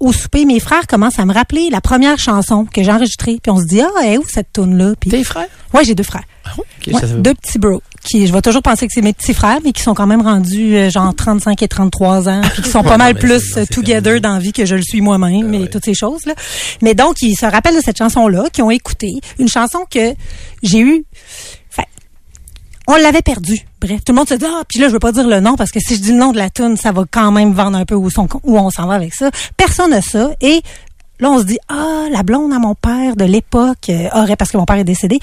Au souper, mes frères commencent à me rappeler la première chanson que j'ai enregistrée. Puis on se dit, ah, elle est où cette toune-là? Puis Tes frères? Ouais, j'ai deux frères. Ah oui, OK, Ouais, ça, ça- deux petits bros. qui, je vais toujours penser que c'est mes petits frères, mais qui sont quand même rendus euh, genre 35 et 33 ans, puis qui sont pas Ouais, mal mais plus euh, together dans la vie que je le suis moi-même et toutes ces choses-là. Mais donc, ils se rappellent de cette chanson-là, qu'ils ont écoutée. Une chanson que j'ai eue on l'avait perdu. Bref, tout le monde se dit ah puis là je veux pas dire le nom parce que si je dis le nom de la tune, ça va quand même vendre un peu où, son- où on s'en va avec ça. Personne n'a ça et là on se dit ah la blonde à mon père de l'époque euh, aurait parce que mon père est décédé,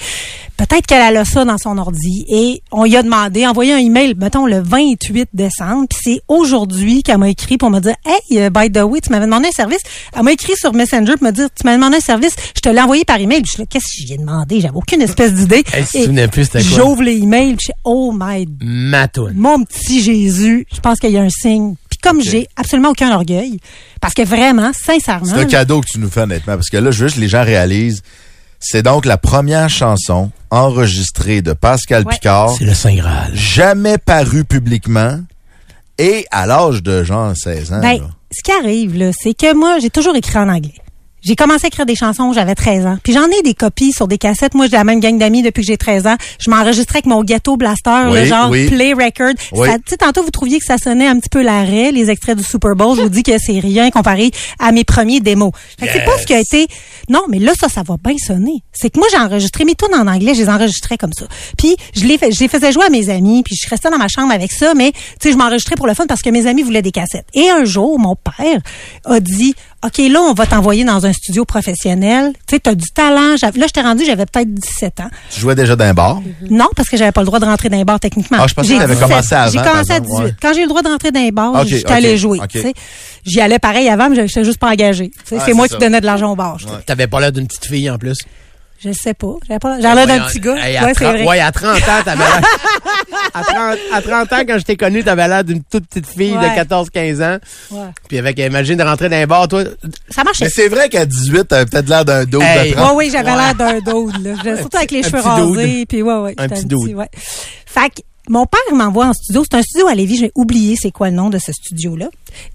peut-être qu'elle a ça dans son ordi et on y a demandé, envoyé un email mettons le 28 décembre, puis c'est aujourd'hui qu'elle m'a écrit pour me dire hey euh, by the way, tu m'avais demandé un service. Elle m'a écrit sur Messenger pour me dire tu m'avais demandé un service, je te l'ai envoyé par email. Puis Je suis là, qu'est-ce que j'ai demandé, j'avais aucune espèce d'idée. Elle se Et souvenait plus, c'était quoi? J'ouvre les emails, puis je fais, oh my Mm. Matoune. mon petit Jésus, je pense qu'il y a un signe. Puis comme j'ai absolument aucun orgueil, parce que vraiment, sincèrement, C'est un cadeau que tu nous fais, honnêtement, parce que là, je veux juste que les gens réalisent. C'est donc la première chanson enregistrée de Pascal Ouais. Picard. C'est le Saint Graal. Jamais parue publiquement. Et à l'âge de genre 16 ans. ben, là. ce qui arrive, là, c'est que moi, j'ai toujours écrit en anglais. J'ai commencé à écrire des chansons, j'avais 13 ans. Puis j'en ai des copies sur des cassettes. Moi, j'ai la même gang d'amis depuis que j'ai 13 ans. Je m'enregistrais avec mon ghetto blaster, Oui, le genre oui. play record. Oui. Ça- tu sais, tantôt, vous trouviez que ça sonnait un petit peu l'arrêt, les extraits du Super Bowl. Je vous dis que c'est rien comparé à mes premiers démos. Fait que C'est pas Yes. ce qui a été. Non, mais là, ça, ça va bien sonner. C'est que moi, j'ai enregistré mes tunes en anglais, je les enregistrais comme ça. Puis, je les, fais- je les faisais jouer à mes amis, puis je restais dans ma chambre avec ça, mais, tu sais, je m'enregistrais pour le fun parce que mes amis voulaient des cassettes. Et un jour, mon père a dit, OK, là, on va t'envoyer dans un studio professionnel. Tu sais, t'as du talent. J'av- Là, je t'ai rendu, j'avais peut-être 17 ans. Tu jouais déjà d'un bar. Non, parce que j'avais pas le droit de rentrer dans les bars techniquement. Ah, je pensais que J'ai t'avais 17. commencé avant, J'ai par commencé à exemple, 18. ouais. Quand j'ai eu le droit d'entrer dans les bars, Ok, j'étais ok, allée jouer. ok. tu sais. J'y allais pareil avant, mais j'étais juste pas engagée. tu sais. Ah, c'est moi c'est qui ça. donnais de l'argent aux bars. je T'avais pas l'air d'une petite fille en plus. Je sais pas. J'avais pas l'air- J'avais l'air d'un Ouais, petit gars. hey, à ouais, c'est 30 vrai. ouais, à 30 ans, t'avais *laughs* l'air- à, 30, à 30 ans, quand je t'ai connu, t'avais l'air d'une toute petite fille Ouais. de 14-15 ans. Ouais. Puis avec, imagine de rentrer dans un bar, toi. Ça marchait. Mais c'est vrai qu'à 18, t'avais peut-être l'air d'un dos Hey. de Ouais, trente. oui, j'avais Ouais. l'air d'un dude, là. Je- Surtout avec les petit- Ah. cheveux un petit dude. rasés. Puis ouais, ouais, Un j'étais petit dude. ouais. Fait que mon père m'envoie en studio. C'est un studio à Lévis. J'ai oublié c'est quoi le nom de ce studio-là.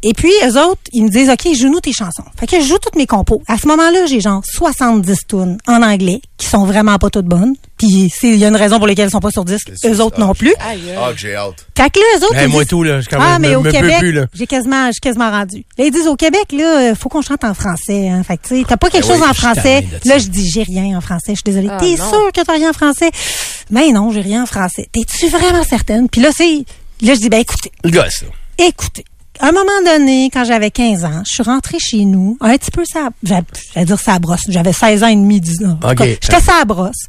Et puis, eux autres, ils me disent, OK, joue-nous tes chansons. Fait que je joue toutes mes compos. À ce moment-là, j'ai genre 70 tunes en anglais qui sont vraiment pas toutes bonnes. Puis, c'est- il y a une raison pour laquelle elles sont pas sur disque. Eux autres non plus. Ah, que j'ai hâte. Fait que là, eux autres, Ben, ils moi disent- tout, là, je quand ah, même- mais me- au me peux Québec, plus, là. j'ai quasiment, j'ai quasiment rendu. Là, ils disent au Québec, là, euh, faut qu'on chante en français. Hein. Fait que, tu sais, t'as pas quelque Ben chose oui, en je suis français. tanné de Là, je dis, j'ai rien en français. Je suis désolée. Ah, T'es non. sûr que t'as rien en français? Mais non, j'ai rien en français. T'es-tu vraiment certaine? Puis là, c'est, là, je dis, ben, écoutez. Le gosse, là. Écoutez, à un moment donné, quand j'avais 15 ans, je suis rentrée chez nous, un petit peu ça, j'allais j'allais dire ça à brosse, j'avais 16 ans et demi, 19 ans. En Ok. tout cas, J'étais ça à brosse.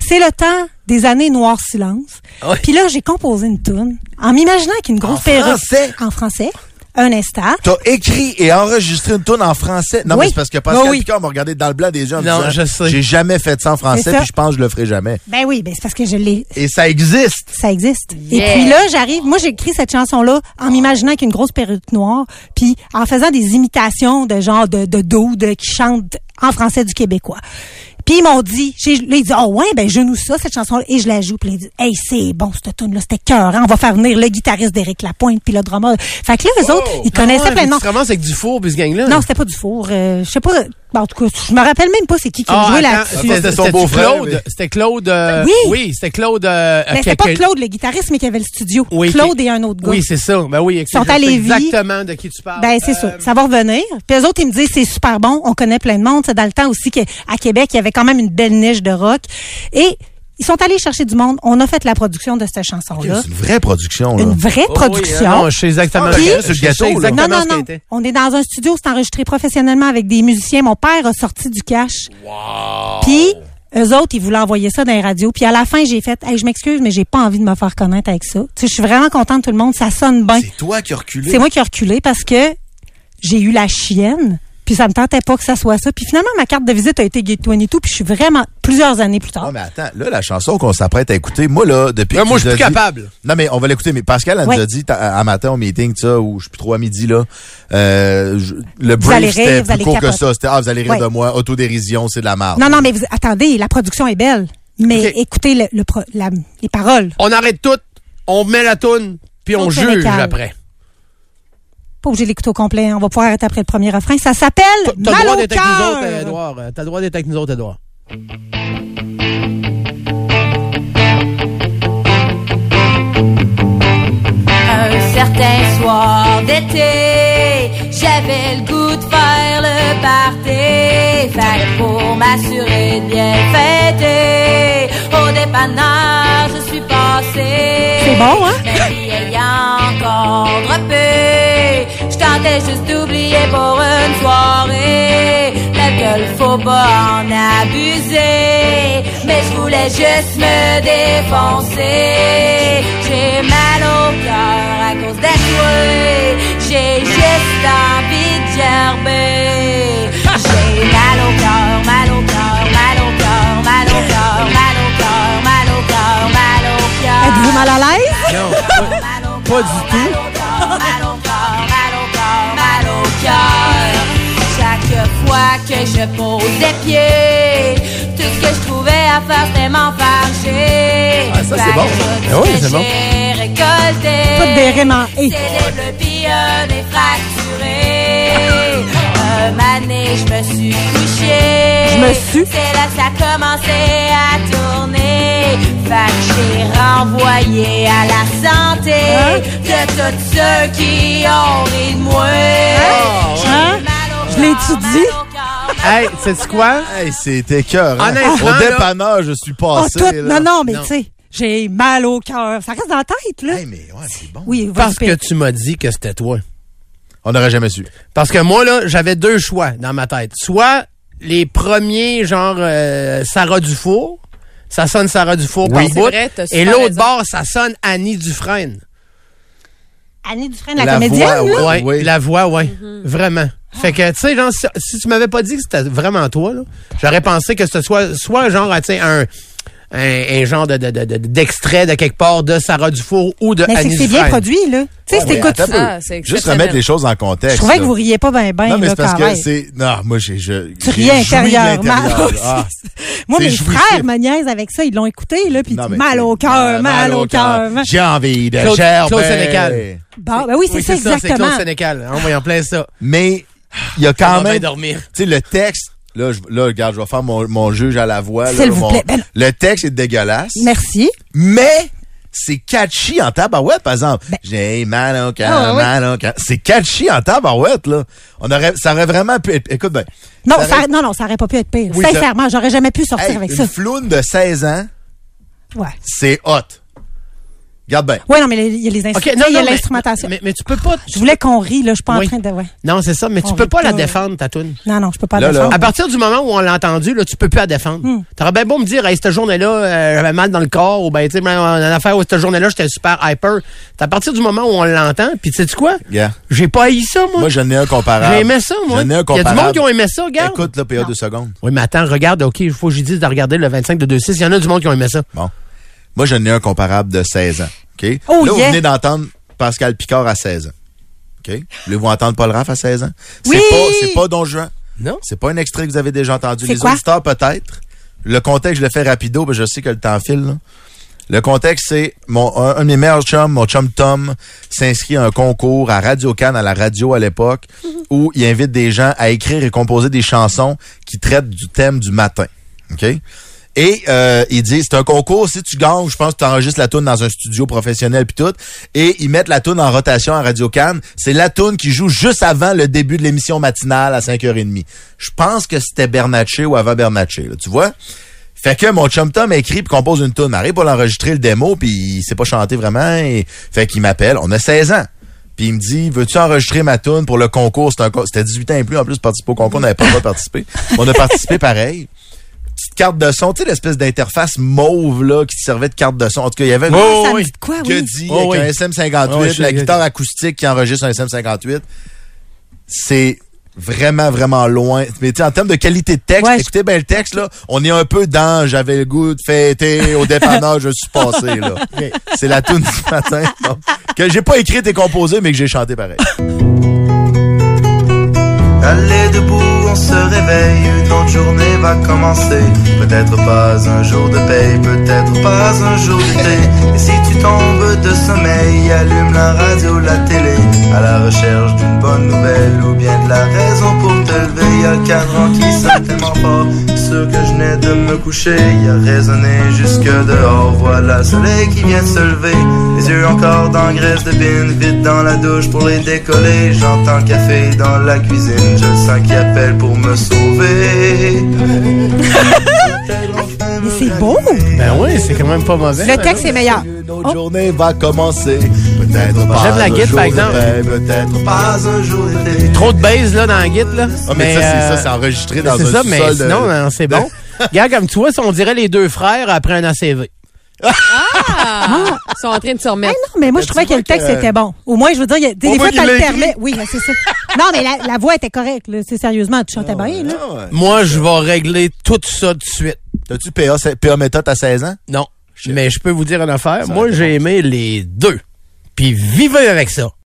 C'est le temps des années noires silence. Puis là, j'ai composé une tune en m'imaginant qu'une grosse perruque français? en français, un instant. T'as écrit et enregistré une tourne en français. Non, Oui. mais c'est parce que Pascal Oui, oui. Picard m'a regardé dans le blanc des yeux en me Non, disant, je sais. J'ai jamais fait ça en C'est français, ça. puis je pense que je le ferai jamais. Ben oui, ben c'est parce que je l'ai Et ça existe. Ça existe. Yeah. Et puis là, j'arrive, moi j'écris cette chanson-là en m'imaginant qu'une grosse perruque noire, puis en faisant des imitations de genre de de doudes qui chantent en français du québécois. Puis ils m'ont dit, j'ai- là ils disent "Oh ouais, ben je nous ça cette chanson et je la joue." Puis ils disent "Hey, c'est bon cette tune là, c'était cœur. hein. On va faire venir le guitariste d'Éric Lapointe puis le drummer." Fait que là les autres, ils connaissaient Ah ouais, plein de mais noms. Tu commences avec du four, puis ce gang-là. Non, c'était pas du four. euh, je sais pas. bon, en tout cas, je me rappelle même pas c'est qui qui a Ah, joué attends, là-dessus. c'était- c'était-tu Claude? mais- C'était Claude. euh, Oui. c'était Claude. euh, Mais c'était pas quelqu'un- Claude le guitariste mais qui avait le studio. Oui, Claude qui- et un autre gars. Oui, c'est ça. Ben oui, Ils sont à Lévis. exactement de qui tu parles. Euh, Ben, c'est Euh, ça. Ça va revenir. Puis eux autres, ils me disent, c'est super bon. On connaît plein de monde. C'est dans le temps aussi qu'à Québec, il y avait quand même une belle niche de rock. Et ils sont allés chercher du monde. On a fait la production de cette chanson-là. C'est une vraie production, là. Une vraie Oh oui, production. hein, non, je sais exactement Puis- ce que- sur le gâteau, là. Non, exactement non, ce non. qu'elle était. On est dans un studio, c'est enregistré professionnellement avec des musiciens. Mon père a sorti du cash. Puis, eux autres, ils voulaient envoyer ça dans les radios. Puis à la fin, j'ai fait, hey, je m'excuse, mais j'ai pas envie de me faire connaître avec ça. Tu sais, je suis vraiment contente, tout le monde. Ça sonne bien. Toi qui as reculé. C'est moi qui ai reculé parce que j'ai eu la chienne, puis ça me tentait pas que ça soit ça. Puis finalement, ma carte de visite a été Gate 22, puis je suis vraiment plusieurs années plus Ah, tard. Attends, là, la chanson qu'on s'apprête à écouter, moi, là, depuis. Ouais, que Ben, moi, tu je suis nous as plus dit- capable. Non, mais on va l'écouter. Mais Pascal, elle nous Ouais. a dit t'as- à, à matin au meeting, tu sais, ou je suis plus trop à midi, là. euh, je- le allez brief, rire, c'était vous plus allez court que capoter. ça. C'était, ah, vous allez rire Ouais. de moi, autodérision, c'est de la marde. Non, non, mais vous- attendez, la production est belle. Mais écoutez le, le pro- la- les paroles. On arrête tout, on met la toune, puis on Faut se juge récale. après. Pas obligé de l'écouter au complet. hein. On va pouvoir arrêter après le premier refrain. Ça s'appelle T'as le Mal droit au d'être avec nous autres, euh, cœur. Edouard. Euh, T'as le droit d'être avec nous autres, Edouard. Certains soirs d'été, j'avais le goût de faire le party. Fallait pour m'assurer de bien fêter. Au dépanneur, je suis passée. C'est bon, hein? Ma vie ayant encore droppé, je tentais juste d'oublier pour une soirée. L'alcool, faut pas en abuser. Mais je voulais juste me défoncer. J'ai mal au cœur à cause d'être doué. J'ai juste envie de gerber. J'ai mal au cœur, mal au cœur, mal au cœur, mal au cœur, mal au cœur, mal au cœur, mal au cœur. Êtes-vous mal à l'aise? Non, pas, pas du tout. mal au cœur. Chaque fois que je pose des pieds, tout ce que je trouvais à faire, c'était m'en fâcher. Ah, ça, c'est bon. Fait que Ah oui, tout ce c'est que bon. j'ai récolté. Pas des rimes en C'est et. des bleus pis un des fracturés. Un mané, je me suis couché. Je me suis. C'est là que ça a commencé à tourner. Fait que j'ai renvoyé à la santé Hein? de tous ceux qui ont ri de moi. J'ai Hein? mal au Je l'ai corps, étudié. mal au corps, Hey, sais-tu quoi? Hey, c'était cœur. Honnêtement, Au là- dépanneur, je suis Ah, Oh, passé. tout- Non, là. non, mais tu sais, j'ai mal au cœur. Ça reste dans la tête, là. Hey, mais ouais, c'est bon. Oui, vas-y, Parce que Pete. tu m'as dit que c'était toi. On n'aurait jamais su. Parce que moi, là, j'avais deux choix dans ma tête. Soit les premiers, genre euh, Sarah Dufour. Ça sonne Sarah Dufour Oui. par C'est bout. vrai, t'as Et super l'autre raison. bord, ça sonne Annie Dufresne. Annie Dufresne, la, La comédienne, voix, là. Ouais, oui. La voix, ouais. Vraiment. Fait que, tu sais, genre, si, si tu m'avais pas dit que c'était vraiment toi, là, j'aurais pensé que ce soit, soit genre, tu sais, un, un, un genre de, de- de- de- d'extrait de quelque part de Sarah Dufour ou de Mais c'est Annie que c'est bien Dufresne. produit, là. Tu sais, Ouais, c'est Ah, mais écoute attends ça, Ah, un peu. c'est Juste exceptionnel. remettre les choses en contexte. Je trouvais que là. vous riez pas bien, bien, Non, mais là, c'est parce quand que même. c'est. Non, moi, j'ai. Je, Tu j'ai riais joui intérieurement. l'intérieur, là. Ah. Moi, C'est mes jouissif. frères me niaisent avec ça. Ils l'ont écouté, là, puis Non, mais mal c'est- au cœur, mal au cœur. J'ai envie de Claude- gerber. Claude Sénécal. Bon, ben oui, c'est Oui, ça, c'est Claude exactement. Sénécal. On va y en plein *laughs* ça. Mais il y a Ah, On quand va bien même. dormir. Tu sais, le texte. Là, je, là, regarde, je vais faire mon, mon juge à la voix. là, S'il vous mon- plaît, ben- le texte est dégueulasse. Merci. Mais c'est catchy en tabarouette, par exemple. J'ai mal au cœur, Ben- Ah ouais, ouais. mal au cœur. C'est catchy en tabarouette, là. On aurait, ça aurait vraiment pu... être- Écoute, ben... Non, ça ça, aurait- non, non, ça aurait pas pu être pire. Oui, ça- Sincèrement, j'aurais jamais pu sortir Hey, avec une ça. floune de 16 ans, Ouais. c'est hot. Regarde bien. Ouais, non, mais il y a les instru- OK, tu sais, non, il y a non, mais- l'instrumentation. Mais, mais tu peux pas. Je voulais qu'on rie, là. Je suis pas Oui. en train de, ouais. Non, c'est ça, mais On tu peux rit pas la pas. défendre, ta toune. Non, non, je peux pas Là, le là. faire. À partir du moment où on l'a entendu, là, tu peux plus la défendre. Hmm. T'aurais bien beau me dire, hey, cette journée-là, euh, j'avais mal dans le corps, ou ben, tu sais, ben, on a affaire, ou cette journée-là, j'étais super hyper. C'est à partir du moment où on l'entend, puis tu sais quoi? Yeah. J'ai pas haï ça, moi. Moi, j'en ai un comparable. J'ai aimé ça, moi. J'en ai Il y un a comparable. du monde qui ont aimé ça, regarde. Écoute, là, PA deux secondes. Oui, mais attends, regarde, OK, il faut que je dise de regarder le 25 de 2-6. Il y en a du monde qui ont aimé ça. Bon. Moi, j'en ai un comparable de 16 ans. OK? Oh, yeah. là, vous venez d'entendre Pascal Picard à 16 ans. OK? Voulez-vous entendre Paul Raff à 16 ans? Oui! C'est pas, c'est pas Don Juan. Non? C'est pas un extrait que vous avez déjà entendu. C'est Les quoi? auditeurs, peut-être. Le contexte, je le fais rapido, parce que je sais que le temps file. là. Le contexte, c'est mon un, un de mes meilleurs chums, mon chum Tom, s'inscrit à un concours à Radio Cannes, à la radio à l'époque, où il invite des gens à écrire et composer des chansons qui traitent du thème du matin. OK? Et euh, il dit, c'est un concours, si tu gagnes, je pense que tu enregistres la toune dans un studio professionnel puis tout. Et ils mettent la toune en rotation à Radio Cannes. C'est la toune qui joue juste avant le début de l'émission matinale à 5h30. Je pense que c'était Bernatchez ou avant Bernatchez, là, tu vois? Fait que mon chum Tom écrit puis compose une tune. Arrive pour l'enregistrer le démo puis il sait pas chanter vraiment. Et... Fait qu'il m'appelle. On a 16 ans. Puis il me dit, veux-tu enregistrer ma tune pour le concours? C'était un con- C'était 18 ans et plus. En plus, participer au concours, on n'avait pas le droit de participer. On a participé pareil. Petite carte de son. Tu sais, l'espèce d'interface mauve, là, qui te servait de carte de son. En tout cas, il y avait une Oh, ça me dit de quoi, que oui. dit Oh avec oui. un SM58, Oh oui, je la sais, je guitare acoustique qui enregistre un SM58. C'est vraiment, vraiment loin. Mais tu sais, en termes de qualité de texte, Ouais, je- écoutez bien le texte, là, on est un peu dans « J'avais le goût de fêter, au dépanneur, je suis passé », là. C'est la tune du matin, donc, que j'ai pas écrite et composée, mais que j'ai chantée pareil. Allez debout, on se réveille, une autre journée va commencer. Peut-être pas un jour de paye, peut-être pas un jour d'été. Et si tu tombes de sommeil, allume la radio, la télé. À la recherche d'une bonne nouvelle ou bien de la raison pour te lever. Y a le cadran qui sonne tellement fort, sûr que je n'ai de me coucher. Y a raisonné jusque dehors, voilà le soleil qui vient de se lever. Les yeux encore dans graisse de bine Vite dans la douche pour les décoller J'entends le café dans la cuisine Je le sens qui appelle pour me sauver Mais c'est beau! Ben oui, c'est quand même pas mauvais. Le texte est meilleur. Notre journée va commencer. Peut-être pas. J'aime la un guide, jour par de exemple. paix, Peut-être pas un jour d'été. Trop de base là, dans la guide, là. Ah, mais ça, c'est- euh, ça, c'est enregistré dans c'est un ça, mais sous-sol de- sinon, ben, c'est *laughs* bon. Regarde, comme tu vois, on dirait les deux frères après un ACV. Ah! Ils sont en train de se remettre. Non, mais moi, je trouvais que le texte que- était bon. Au moins, je veux dire, il y a- des, Au des moins fois, qu'il t'as le l'a permis. Oui, ben, c'est ça. non, mais la, la voix était correcte. là. C'est sérieusement, tu Ah chantais bien. Là. Moi, je vais régler tout ça tout de suite. T'as-tu PA, PA méthode à 16 ans? Non. Mais je peux vous dire une affaire. Moi, j'ai aimé les deux. Puis vivez avec ça.